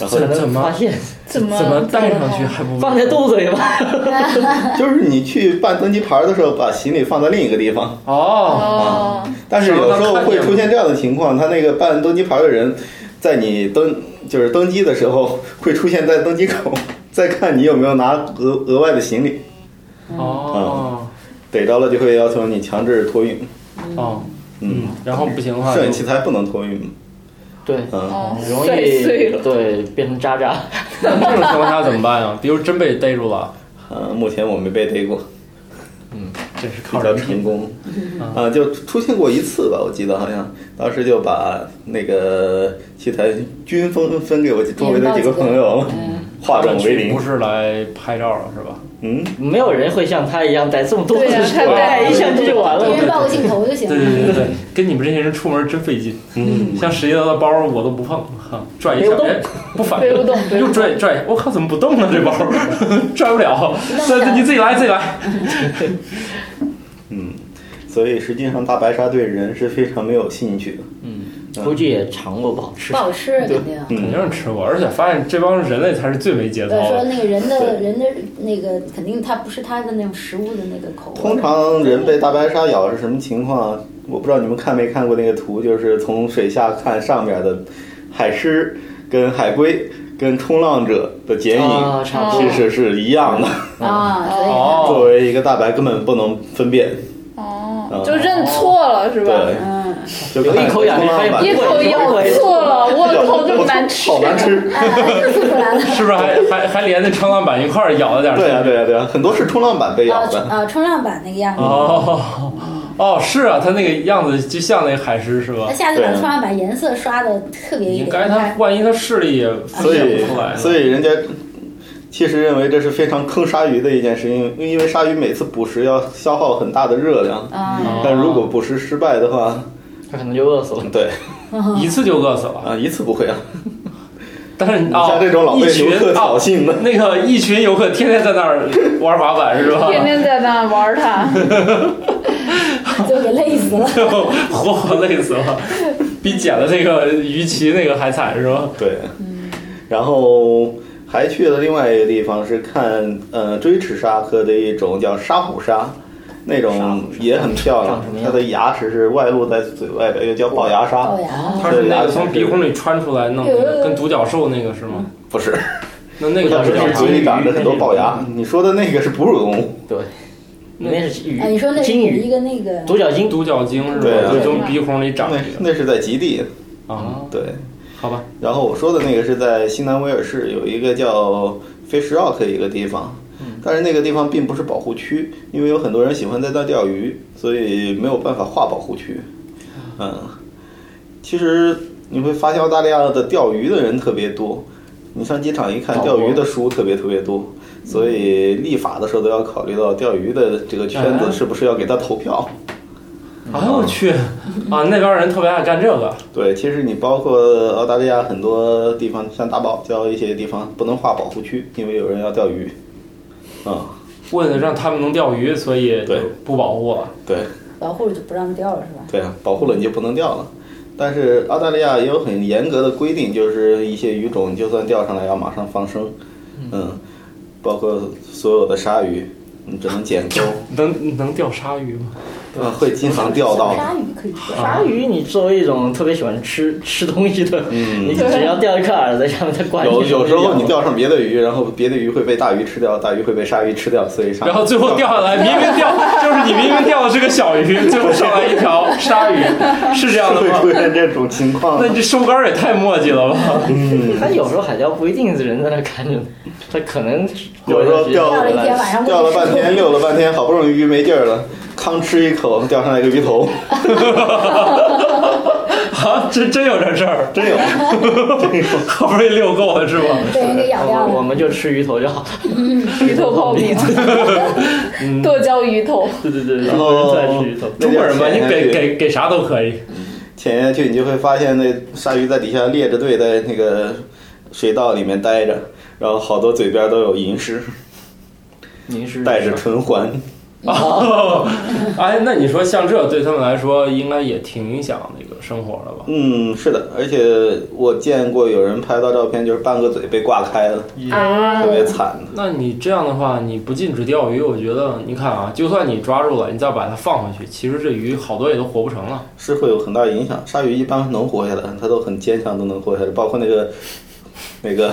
Speaker 8: 然后
Speaker 4: 才能发现，
Speaker 9: 怎么
Speaker 1: 怎么带上去还不
Speaker 4: 放在肚子里吧。
Speaker 8: 就是你去办登机牌的时候，把行李放在另一个地方。
Speaker 2: 哦，
Speaker 9: 哦，
Speaker 8: 但是有时候会出现这样的情况，他那个办登机牌的人，在你登就是登机的时候，会出现在登机口， 再看你有没有拿额额外的行李，
Speaker 2: 哦，
Speaker 8: 逮着了就会要求你强制托运。
Speaker 2: 哦，
Speaker 8: 嗯，
Speaker 2: 然后不行的话就
Speaker 8: 摄影器材不能托运。
Speaker 4: 对，
Speaker 8: 嗯，
Speaker 9: 哦，
Speaker 4: 容易
Speaker 3: 摔碎了
Speaker 4: 对变成渣渣。
Speaker 2: 那这种情况下怎么办呀？比如真被逮住了，
Speaker 8: 呃，目前我没被逮过，
Speaker 2: 真是
Speaker 8: 比
Speaker 2: 靠
Speaker 8: 较
Speaker 2: 人品
Speaker 8: 成功。啊，就出现过一次吧，我记得好像当时就把那个器材均分分给我周围的几个朋友，化整为零
Speaker 2: 不。是来拍照了是吧？
Speaker 8: 嗯，
Speaker 4: 没有人会像他一样带这么多
Speaker 9: 对
Speaker 4: 的
Speaker 9: 呀
Speaker 4: 手，
Speaker 9: 太
Speaker 4: 带
Speaker 2: 哎
Speaker 4: 一相机就完
Speaker 10: 别人
Speaker 4: 了。
Speaker 10: 报个镜头就行
Speaker 2: 对对
Speaker 10: 了。
Speaker 2: 对对，跟你们这些人出门真费劲。嗯，像史蒂德的包我都不碰，哈，拽一
Speaker 4: 背
Speaker 2: 下，
Speaker 4: 不动
Speaker 2: 哎，不反
Speaker 3: 背不
Speaker 2: 应，
Speaker 3: 动，背
Speaker 2: 又
Speaker 3: 不动。
Speaker 2: 拽拽，我靠，怎么不动呢？这包拽不了，
Speaker 10: 不
Speaker 2: 那
Speaker 10: 了
Speaker 2: 你自己来，自己来。
Speaker 8: 嗯，所以实际上大白鲨对人是非常没有兴趣的。
Speaker 4: 估计也尝过不好吃
Speaker 10: 不。好吃肯定。
Speaker 8: 嗯
Speaker 2: 肯定是吃过，而且发现这帮人类才是最没节操
Speaker 10: 对，说
Speaker 2: 的。
Speaker 10: 那个人的
Speaker 8: 对
Speaker 10: 人的那个肯定他不是他的那种食物的那个口味。
Speaker 8: 通常人被大白鲨咬是什么情况啊？我不知道你们看没看过那个图，就是从水下看上面的海狮、跟海龟、跟冲浪者的剪影，
Speaker 4: 啊，差不
Speaker 8: 其
Speaker 4: 多。
Speaker 8: 实是一样的。
Speaker 10: 啊，所以
Speaker 2: 哦
Speaker 8: 作为一个大白，根本不能分辨。
Speaker 9: 哦
Speaker 8: 嗯，
Speaker 9: 就认错了是吧？
Speaker 8: 对，
Speaker 10: 嗯，
Speaker 8: 就
Speaker 4: 有一口咬
Speaker 8: 看
Speaker 4: 没发现
Speaker 8: 冲浪
Speaker 9: 一
Speaker 8: 板
Speaker 9: 口咬错了，我靠，这么 难吃
Speaker 8: 好！难
Speaker 10: 呃
Speaker 8: 吃。
Speaker 10: 出来 了。
Speaker 2: 是不是还还还连那冲浪板一块儿咬了点儿？
Speaker 8: 对啊，对啊，对啊，很多是冲浪板被
Speaker 10: 啊
Speaker 8: 咬
Speaker 10: 冲
Speaker 8: 的。
Speaker 10: 啊，冲浪板那个样子。
Speaker 2: 哦哦，是啊，它那个样子就像那个海狮是吧
Speaker 10: 那？下次把
Speaker 8: 对啊
Speaker 10: 冲浪板颜色刷的特别一
Speaker 2: 应
Speaker 10: 点，
Speaker 2: 该它万一它视力也分
Speaker 8: 所以
Speaker 2: 辨不出来，呢，
Speaker 8: 所以人家其实认为这是非常坑鲨鱼的一件事情，因为因为鲨鱼每次捕食要消耗很大的热量，
Speaker 9: 嗯
Speaker 10: 啊，
Speaker 2: 哦
Speaker 8: 但如果捕食失败的话，
Speaker 4: 他可能就饿死了。
Speaker 8: 对
Speaker 10: 嗯
Speaker 2: 一次就饿死了。
Speaker 8: 啊，一次不会啊，
Speaker 2: 但是
Speaker 8: 你
Speaker 2: 哦，
Speaker 8: 像这种老
Speaker 2: 一
Speaker 8: 被游
Speaker 2: 群
Speaker 8: 客挑
Speaker 2: 哦，
Speaker 8: 衅的，
Speaker 2: 那个一群游客天天在那儿玩滑板是吧？
Speaker 9: 天天在那玩它，
Speaker 10: 就给累死
Speaker 8: 啊
Speaker 10: 了。
Speaker 2: 活活累死了，比捡了那个鱼鳍那个还惨是吧？
Speaker 8: 对，然后还去了另外一个地方是看呃锥齿鲨科的一种叫沙虎鲨。那种也很漂亮
Speaker 4: 长什么，
Speaker 8: 它
Speaker 4: 样
Speaker 8: 的牙齿是外露在嘴外边，又叫龅牙鲨。
Speaker 10: 龅牙，
Speaker 2: 它是那个从鼻孔里穿出来弄的，跟独角兽那个是吗？
Speaker 8: 不是，
Speaker 2: 那那
Speaker 8: 不
Speaker 2: 个
Speaker 8: 小
Speaker 2: 叫
Speaker 8: 心
Speaker 2: 独角兽
Speaker 8: 嘴里长着很多龅牙。你说的那个是哺乳动物，
Speaker 4: 对，那是鱼
Speaker 10: 哎，，你说那是
Speaker 4: 金
Speaker 10: 有一
Speaker 4: 鱼，
Speaker 10: 个那个
Speaker 4: 独角鲸。
Speaker 2: 独角鲸是
Speaker 8: 对
Speaker 2: 吧？
Speaker 8: 啊
Speaker 2: 就从鼻孔里长
Speaker 8: 那
Speaker 2: 一个
Speaker 8: 那是在极地，
Speaker 2: 啊，
Speaker 8: 对。
Speaker 2: 好吧，
Speaker 8: 然后我说的那个是在西南威尔士有一个叫 Fish Rock 的一个地方，但是那个地方并不是保护区，因为有很多人喜欢在那钓鱼，所以没有办法划保护区。嗯，其实你会发现澳大利亚的钓鱼的人特别多，你上机场一看，
Speaker 4: 岛国
Speaker 8: 钓鱼的书特别特别多。所以立法的时候都要考虑到钓鱼的这个圈
Speaker 2: 哎
Speaker 8: 子是不是要给他投票。
Speaker 2: 哎我去啊，那边人特别爱干这个，
Speaker 8: 对，其实你包括澳大利亚很多地方，像大堡礁一些地方不能划保护区，因为有人要钓鱼。啊、
Speaker 2: 为了让他们能钓鱼，所以就
Speaker 8: 对
Speaker 2: 不保护了。
Speaker 8: 对
Speaker 10: 保护就不让掉了是吧？
Speaker 8: 对啊，保护了你就不能钓了。但是澳大利亚也有很严格的规定，就是一些鱼种就算钓上来要马上放生，嗯，包括所有的鲨鱼，你只能捡钩，
Speaker 2: 能能钓鲨鱼吗？
Speaker 8: 啊，会经常钓到啊
Speaker 10: 小
Speaker 8: 的。
Speaker 10: 鲨鱼可以钓，
Speaker 4: 鲨鱼，你作为一种特别喜欢吃吃东西的，
Speaker 8: 嗯
Speaker 4: 你只要钓一颗饵在上面，它挂
Speaker 8: 有有时候你钓上别的鱼，然后别的鱼会被大鱼吃掉，大鱼会被鲨鱼吃掉，所以鲨
Speaker 2: 然后最后钓下来，明明钓就是你明明钓的是个小鱼，最后上来一条鲨 鱼，是这样的
Speaker 8: 会
Speaker 2: 吗
Speaker 8: 出？现这种情况啊
Speaker 2: 那。你这收竿也太墨迹了吧？
Speaker 8: 嗯
Speaker 4: 它有时候海钓不一定是人在那看着，它可能
Speaker 8: 有时候钓
Speaker 10: 钓了一天
Speaker 4: 来。
Speaker 10: 晚上
Speaker 8: 钓了半天，溜了半天，好不容易鱼没劲儿了，康吃一口，钓上来一个鱼头，
Speaker 2: 啊，真真有这事儿，
Speaker 8: 真 有。
Speaker 2: 好不容易遛够了是吧？
Speaker 10: 被人给咬掉
Speaker 4: 我我
Speaker 10: 了。嗯
Speaker 4: 们就吃鱼头就好了。
Speaker 3: 鱼 头泡饼，剁椒鱼头，
Speaker 4: 对对对，
Speaker 8: 然
Speaker 4: 然后
Speaker 8: 后
Speaker 4: 再吃鱼头。
Speaker 8: 那
Speaker 2: 中
Speaker 8: 就
Speaker 2: 国人嘛，
Speaker 8: 潜
Speaker 2: 你
Speaker 8: 下
Speaker 2: 给
Speaker 8: 去
Speaker 2: 给给啥都可以。
Speaker 8: 潜下去，你就会发现那鲨鱼在底下列着队，在那个水道里面待着，然后好多嘴边都有银饰，
Speaker 4: 您是
Speaker 8: 带着唇环，
Speaker 2: 哦，哎，那你说像这对他们来说，应该也挺影响那个生活的吧？
Speaker 8: 嗯，是的，而且我见过有人拍到照片，就是半个嘴被挂开了，
Speaker 9: 嗯
Speaker 2: 啊
Speaker 8: 特别惨的。
Speaker 2: 那你这样的话，你不禁止钓鱼，我觉得，你看啊，就算你抓住了，你再把它放回去，其实这鱼好多也都活不成了。
Speaker 8: 是会有很大影响。鲨鱼一般能活下来，它都很坚强，都能活下来，包括那个那个，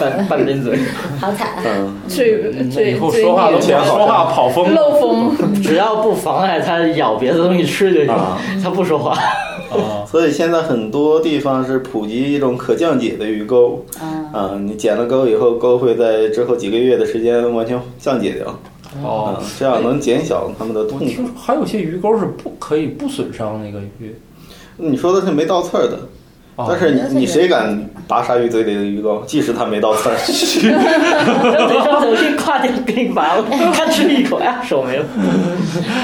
Speaker 4: 半半边嘴，
Speaker 10: 好惨啊！
Speaker 8: 嗯，
Speaker 3: 最最
Speaker 2: 呃以后
Speaker 3: 最
Speaker 2: 说话都
Speaker 3: 厉
Speaker 8: 前
Speaker 2: 说
Speaker 8: 好
Speaker 2: 话跑风，
Speaker 3: 漏风，
Speaker 4: 只要不妨碍它咬别的东西吃就行，它不说话。
Speaker 2: 啊
Speaker 8: 所以现在很多地方是普及一种可降解的鱼钩，
Speaker 2: 嗯
Speaker 8: 啊，你剪了钩以后，钩会在之后几个月的时间完全降解掉，
Speaker 2: 哦
Speaker 8: 啊，， 这样能减小它们的
Speaker 2: 我
Speaker 8: 痛苦
Speaker 2: 听。说还有些鱼钩是不可以不损伤那个鱼，
Speaker 8: 你说的是没倒刺儿的，
Speaker 2: 哦
Speaker 8: 但是你你谁敢拔鲨鱼嘴里的鱼钩，即使它没倒刺 儿？
Speaker 4: 等上次我去跨点给你拔了，它吃一口哎呀，手没了。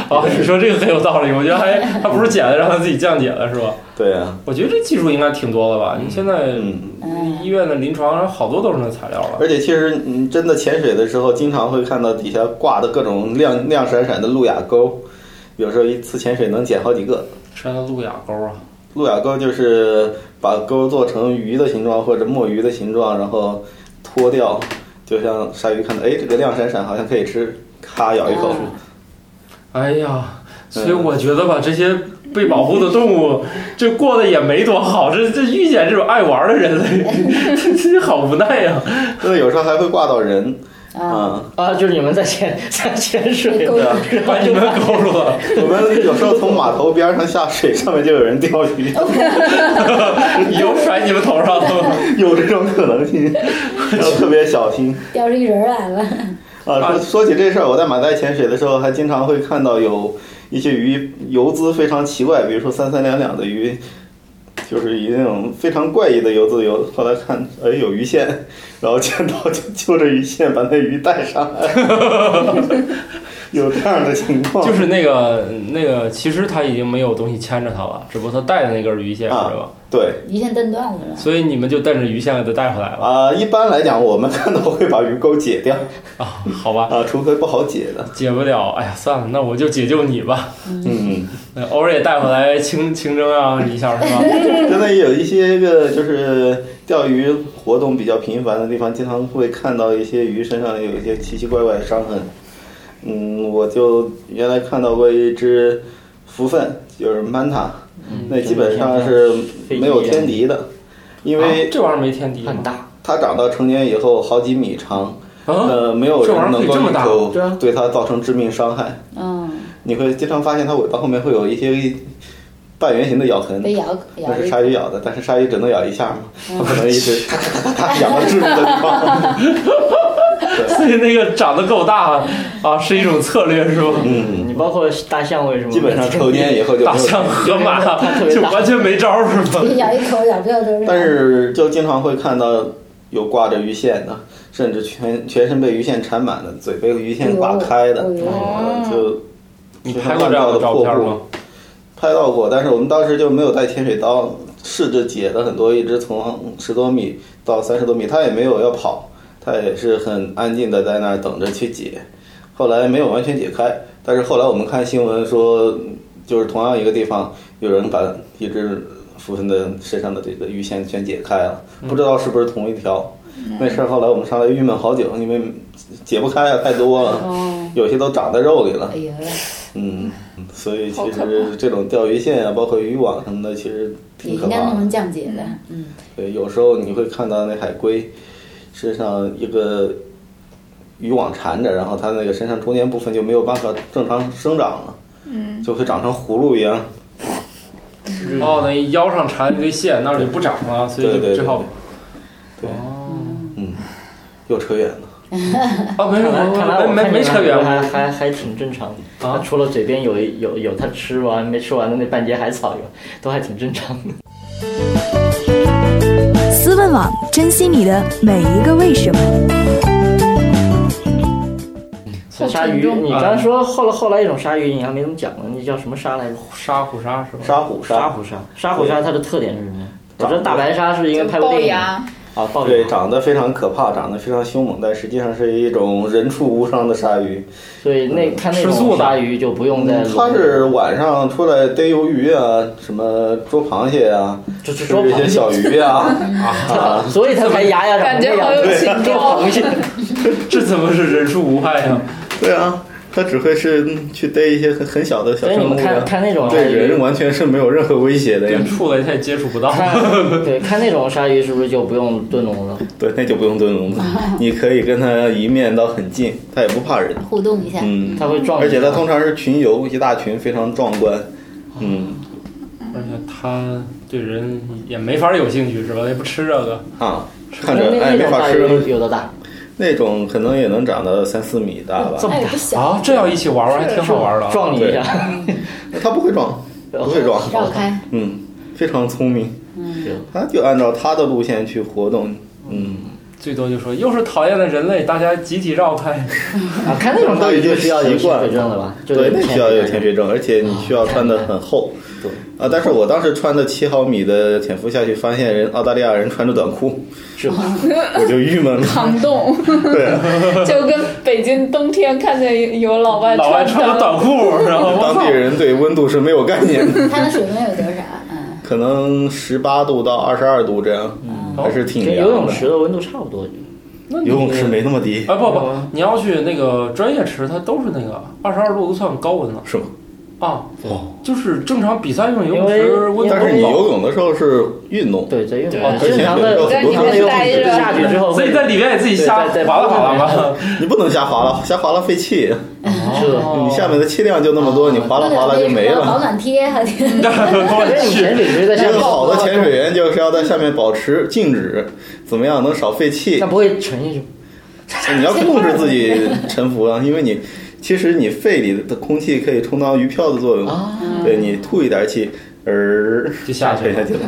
Speaker 2: 啊，你说这个很有道理，我觉得还还不如剪了让它自己降解了是 吧？
Speaker 8: 对啊，
Speaker 2: 我觉得这技术应该挺多的吧？你现在
Speaker 8: 嗯，
Speaker 10: 嗯
Speaker 2: 医院的临床上好多都是那材料了。
Speaker 8: 而且其实你真的潜水的时候，经常会看到底下挂的各种亮亮闪闪的路亚钩，有时候一次潜水能捡好几个。
Speaker 2: 山的路亚钩啊，
Speaker 8: 路亚钩就是把钩做成鱼的形状或者墨鱼的形状，然后脱掉，就像鲨鱼看到，哎，这个亮闪闪好像可以吃，咔咬一口。
Speaker 2: 哎
Speaker 8: 嗯
Speaker 2: 呀，所以我觉得吧，这些被保护的动物，这过得也没多好。这这遇见这种爱玩的人类， 这这好无奈 呀、
Speaker 8: 这有时候还会挂到人
Speaker 10: 啊，
Speaker 8: 啊、
Speaker 4: 啊，就是你们在潜在潜水，
Speaker 10: 勾
Speaker 8: 啊
Speaker 10: 住
Speaker 2: 把你们勾住 了，
Speaker 8: 我们有时候从码头边上下水，上面就有人钓鱼，
Speaker 2: 油甩你们头上了。
Speaker 8: 有这种可能性，要特别小心。
Speaker 10: 叼着一人儿来了，
Speaker 8: 啊，说说起这事儿，我在马代潜水的时候，还经常会看到有一些鱼游姿非常奇怪，比如说三三两两的鱼，就是以那种非常怪异的游姿游。后来看，哎，有鱼线， 然后见到就揪着鱼线把那鱼带上来， 有这样的情况。
Speaker 2: 就是那个那个，其实他已经没有东西牵着他了，只不过他带的那根鱼线是
Speaker 8: 啊
Speaker 2: 吧？
Speaker 8: 对
Speaker 10: 一线蹬断了。
Speaker 2: 所以你们就带着鱼线给他带回来了
Speaker 8: 啊、一般来讲，我们看到会把鱼钩解掉
Speaker 2: 啊？好吧，
Speaker 8: 啊，除非不好解的。
Speaker 2: 解不了，哎呀，算了，那我就解救你吧。
Speaker 8: 嗯，
Speaker 2: 那偶尔也带回来清清蒸啊一下是吧？
Speaker 8: 真的也有一些个就是钓鱼活动比较频繁的地方，经常会看到一些鱼身上有一些奇奇怪怪的伤痕。嗯，我就原来看到过一只福分，就是曼塔，
Speaker 2: 嗯
Speaker 8: 那基本上是没有天敌的，因
Speaker 2: 啊
Speaker 8: 为
Speaker 2: 这玩意儿没天敌吗
Speaker 4: 很大，
Speaker 8: 它长到成年以后好几米长，
Speaker 2: 啊，
Speaker 8: 呃，没有
Speaker 2: 这玩意
Speaker 8: 人
Speaker 2: 儿可
Speaker 8: 能
Speaker 2: 以
Speaker 8: 够
Speaker 2: 这么大
Speaker 8: 有
Speaker 4: 对啊
Speaker 8: 对它造成致命伤害。
Speaker 10: 嗯，
Speaker 8: 你会经常发现它尾巴后面会有一些半圆形的咬痕，
Speaker 10: 被咬咬
Speaker 8: 那
Speaker 10: 了
Speaker 8: 是
Speaker 10: 一嗯
Speaker 8: 鲨鱼咬的，但是鲨鱼只能咬一下嘛，它不能一直咔咔咔咔咔咬到致命的 地方。
Speaker 2: 所以 那个长得够大啊，是一种策略是吧？
Speaker 8: 嗯，
Speaker 4: 你包括大象为什么？
Speaker 8: 基本上成年以后就
Speaker 2: 大
Speaker 8: 没有
Speaker 2: 象、。河马
Speaker 4: 特别
Speaker 2: 就
Speaker 4: 大
Speaker 2: 完全没招儿是吧？
Speaker 10: 别咬一口，咬不了多少。
Speaker 8: 但是就经常会看到有挂着鱼线的，甚至全全身被鱼线缠满的，嘴被鱼线刮开
Speaker 10: 哎
Speaker 8: 的，嗯就
Speaker 2: 你拍过这样的照片吗？
Speaker 8: 拍到过。但是我们当时就没有带潜水刀，试着解了很多，一直从十多米到三十多米，它也没有要跑，它也是很安静的在那儿等着去解。后来没有完全解开，但是后来我们看新闻说，就是同样一个地方，有人把一只浮分的身上的这个鱼线全解开了，不知道是不是同一条。那事儿后来我们上来郁闷好久，因为解不开啊，太多了，
Speaker 10: 哦，
Speaker 8: 有些都长在肉里了
Speaker 10: 哎。呀，
Speaker 8: 嗯，所以其实这种钓鱼线啊，包括渔网什么的，其实
Speaker 10: 也
Speaker 8: 挺可
Speaker 10: 应该
Speaker 8: 怕
Speaker 10: 弄成
Speaker 8: 的。
Speaker 10: 降解的。嗯，
Speaker 8: 对，有时候你会看到那海龟身上一个渔网缠着，然后它那个身上中间部分就没有办法正常生长了，嗯，就会长成葫芦一样。
Speaker 2: 哦，那腰上缠一堆线，那儿就不长了，所以
Speaker 8: 对
Speaker 2: 就
Speaker 8: 对
Speaker 2: 只好。
Speaker 8: 对，
Speaker 2: 哦，
Speaker 8: 嗯，又扯远了。
Speaker 2: 啊，没
Speaker 4: 看来看来
Speaker 2: 没
Speaker 4: 我
Speaker 2: 没没
Speaker 4: 看
Speaker 2: 没
Speaker 4: 见
Speaker 2: 扯
Speaker 4: 了
Speaker 2: 远
Speaker 4: 还还还挺正常的。
Speaker 2: 啊
Speaker 4: 除了嘴边有一有有它吃完没吃完的那半截海草以外，都还挺正常的。
Speaker 11: 思问网，珍惜你的每一个为什么。
Speaker 4: 鲨鱼，你刚才说后来后来一种鲨鱼，你还没怎么讲呢，那叫什么鲨来着？
Speaker 2: 沙虎鲨是吧？
Speaker 8: 沙虎鲨，
Speaker 4: 沙虎鲨，沙虎鲨它的特点是什么呀？我知道大白鲨是因为拍过
Speaker 3: 龅
Speaker 4: 电影，
Speaker 3: 牙，
Speaker 4: 啊，暴
Speaker 8: 对，长得非常可怕，长得非常凶猛，但实际上是一种人畜无伤的鲨鱼。
Speaker 4: 所以那看那
Speaker 8: 吃素
Speaker 4: 种
Speaker 8: 的
Speaker 4: 鲨鱼就不用再
Speaker 8: 嗯它是晚上出来逮鱿鱼啊，什么捉螃蟹啊，
Speaker 4: 吃
Speaker 8: 这些小鱼啊啊，
Speaker 4: 所以它才牙牙长这样。
Speaker 8: 对
Speaker 4: 螃蟹。
Speaker 2: 这怎么是人畜无害啊？
Speaker 8: 对啊，它只会是嗯去逮一些很很小的小
Speaker 4: 所以
Speaker 8: 生
Speaker 4: 你
Speaker 8: 物、啊。
Speaker 4: 们 看看那种
Speaker 8: 对
Speaker 4: 还有
Speaker 8: 人完全是没有任何威胁的呀
Speaker 2: 跟。畜类它也接触 不到。
Speaker 4: 看 对，看那种鲨鱼是不是就不用炖笼了？
Speaker 8: 对，那就不用蹲 笼子，你可以跟它一面到很近，它也不怕人。
Speaker 10: 互动一下，
Speaker 8: 嗯，
Speaker 4: 它会撞
Speaker 8: 而且它
Speaker 4: 你
Speaker 8: 通常是群游，一大群，非常壮观。嗯
Speaker 2: 而且它对人也没法有兴趣是吧？它也不吃这个。
Speaker 8: 啊，
Speaker 2: 是
Speaker 8: 看着
Speaker 2: 那
Speaker 8: 哎
Speaker 2: 那
Speaker 8: 没
Speaker 2: 种
Speaker 8: 法
Speaker 2: 大
Speaker 8: 吃。
Speaker 2: 鱼
Speaker 4: 有多大？
Speaker 8: 那种可能也能长到三四米大吧。
Speaker 2: 这么大哎不小啊这要一起玩玩还挺好玩的啊撞你一下
Speaker 8: 对。它不会撞，不会撞。
Speaker 10: 绕开。
Speaker 8: 嗯，非常聪明。
Speaker 10: 嗯，
Speaker 8: 它就按照它的路线去活动。嗯，
Speaker 2: 最多就说又是讨厌的人类，大家集体绕开。
Speaker 4: 啊看那种
Speaker 8: 都已经
Speaker 4: 需
Speaker 8: 需
Speaker 4: 要
Speaker 8: 要
Speaker 4: 有
Speaker 8: 一
Speaker 4: 潜
Speaker 8: 贯
Speaker 4: 水证了吧？就
Speaker 8: 对，
Speaker 4: 有
Speaker 8: 那
Speaker 4: 潜
Speaker 8: 需要
Speaker 4: 水
Speaker 8: 有
Speaker 4: 证
Speaker 8: 潜水证，而且你需要穿的很厚。
Speaker 4: 对
Speaker 8: 啊，但是我当时穿的七毫米的潜伏下去，发现人澳大利亚人穿着短裤，
Speaker 4: 是吧？
Speaker 8: 我就郁闷了。
Speaker 3: 抗冻，
Speaker 8: 对啊，
Speaker 3: 就跟北京冬天看见有老外
Speaker 8: 老外穿着短
Speaker 2: 裤， 然后
Speaker 8: 当地人对温度是没有概念的，
Speaker 10: 它的水温有多少？嗯，
Speaker 8: 可能十八度到二十二度这样，还是挺
Speaker 4: 跟
Speaker 8: 凉
Speaker 4: 游泳
Speaker 8: 的。
Speaker 4: 池的温度差不多。
Speaker 2: 那你
Speaker 8: 游泳池没那么低，
Speaker 2: 哎不不，
Speaker 4: 嗯
Speaker 2: 你要去那个专业池，它都是那个二十二度都算高温了。
Speaker 8: 是吗？
Speaker 2: 啊，
Speaker 8: 哦，
Speaker 2: 就是正常比赛用游泳
Speaker 4: 因为
Speaker 2: 池温度
Speaker 8: 但是你
Speaker 2: 高
Speaker 8: 游泳的时候是运动，
Speaker 4: 对，在运
Speaker 2: 动
Speaker 8: 和潜
Speaker 4: 正常
Speaker 8: 水
Speaker 4: 的
Speaker 8: 有很多
Speaker 4: 在里面待着下去之后会所以在里面也自己瞎对在在划拉划拉吧。
Speaker 8: 你不能瞎划拉，瞎划拉费气。
Speaker 4: 是的，
Speaker 8: 你下面的气量就哦那么多，你划拉划拉就没
Speaker 10: 保
Speaker 8: 了。嗯
Speaker 10: 暖贴还挺。
Speaker 8: 一个好的潜水员就是要在下面保持静止，怎么样能少废气？那
Speaker 4: 不会沉下去。
Speaker 8: 你要控制自己沉浮啊，因为你其实你肺里的空气可以充当鱼漂的作用，对你吐一点气，儿
Speaker 2: 就下
Speaker 8: 去下去了。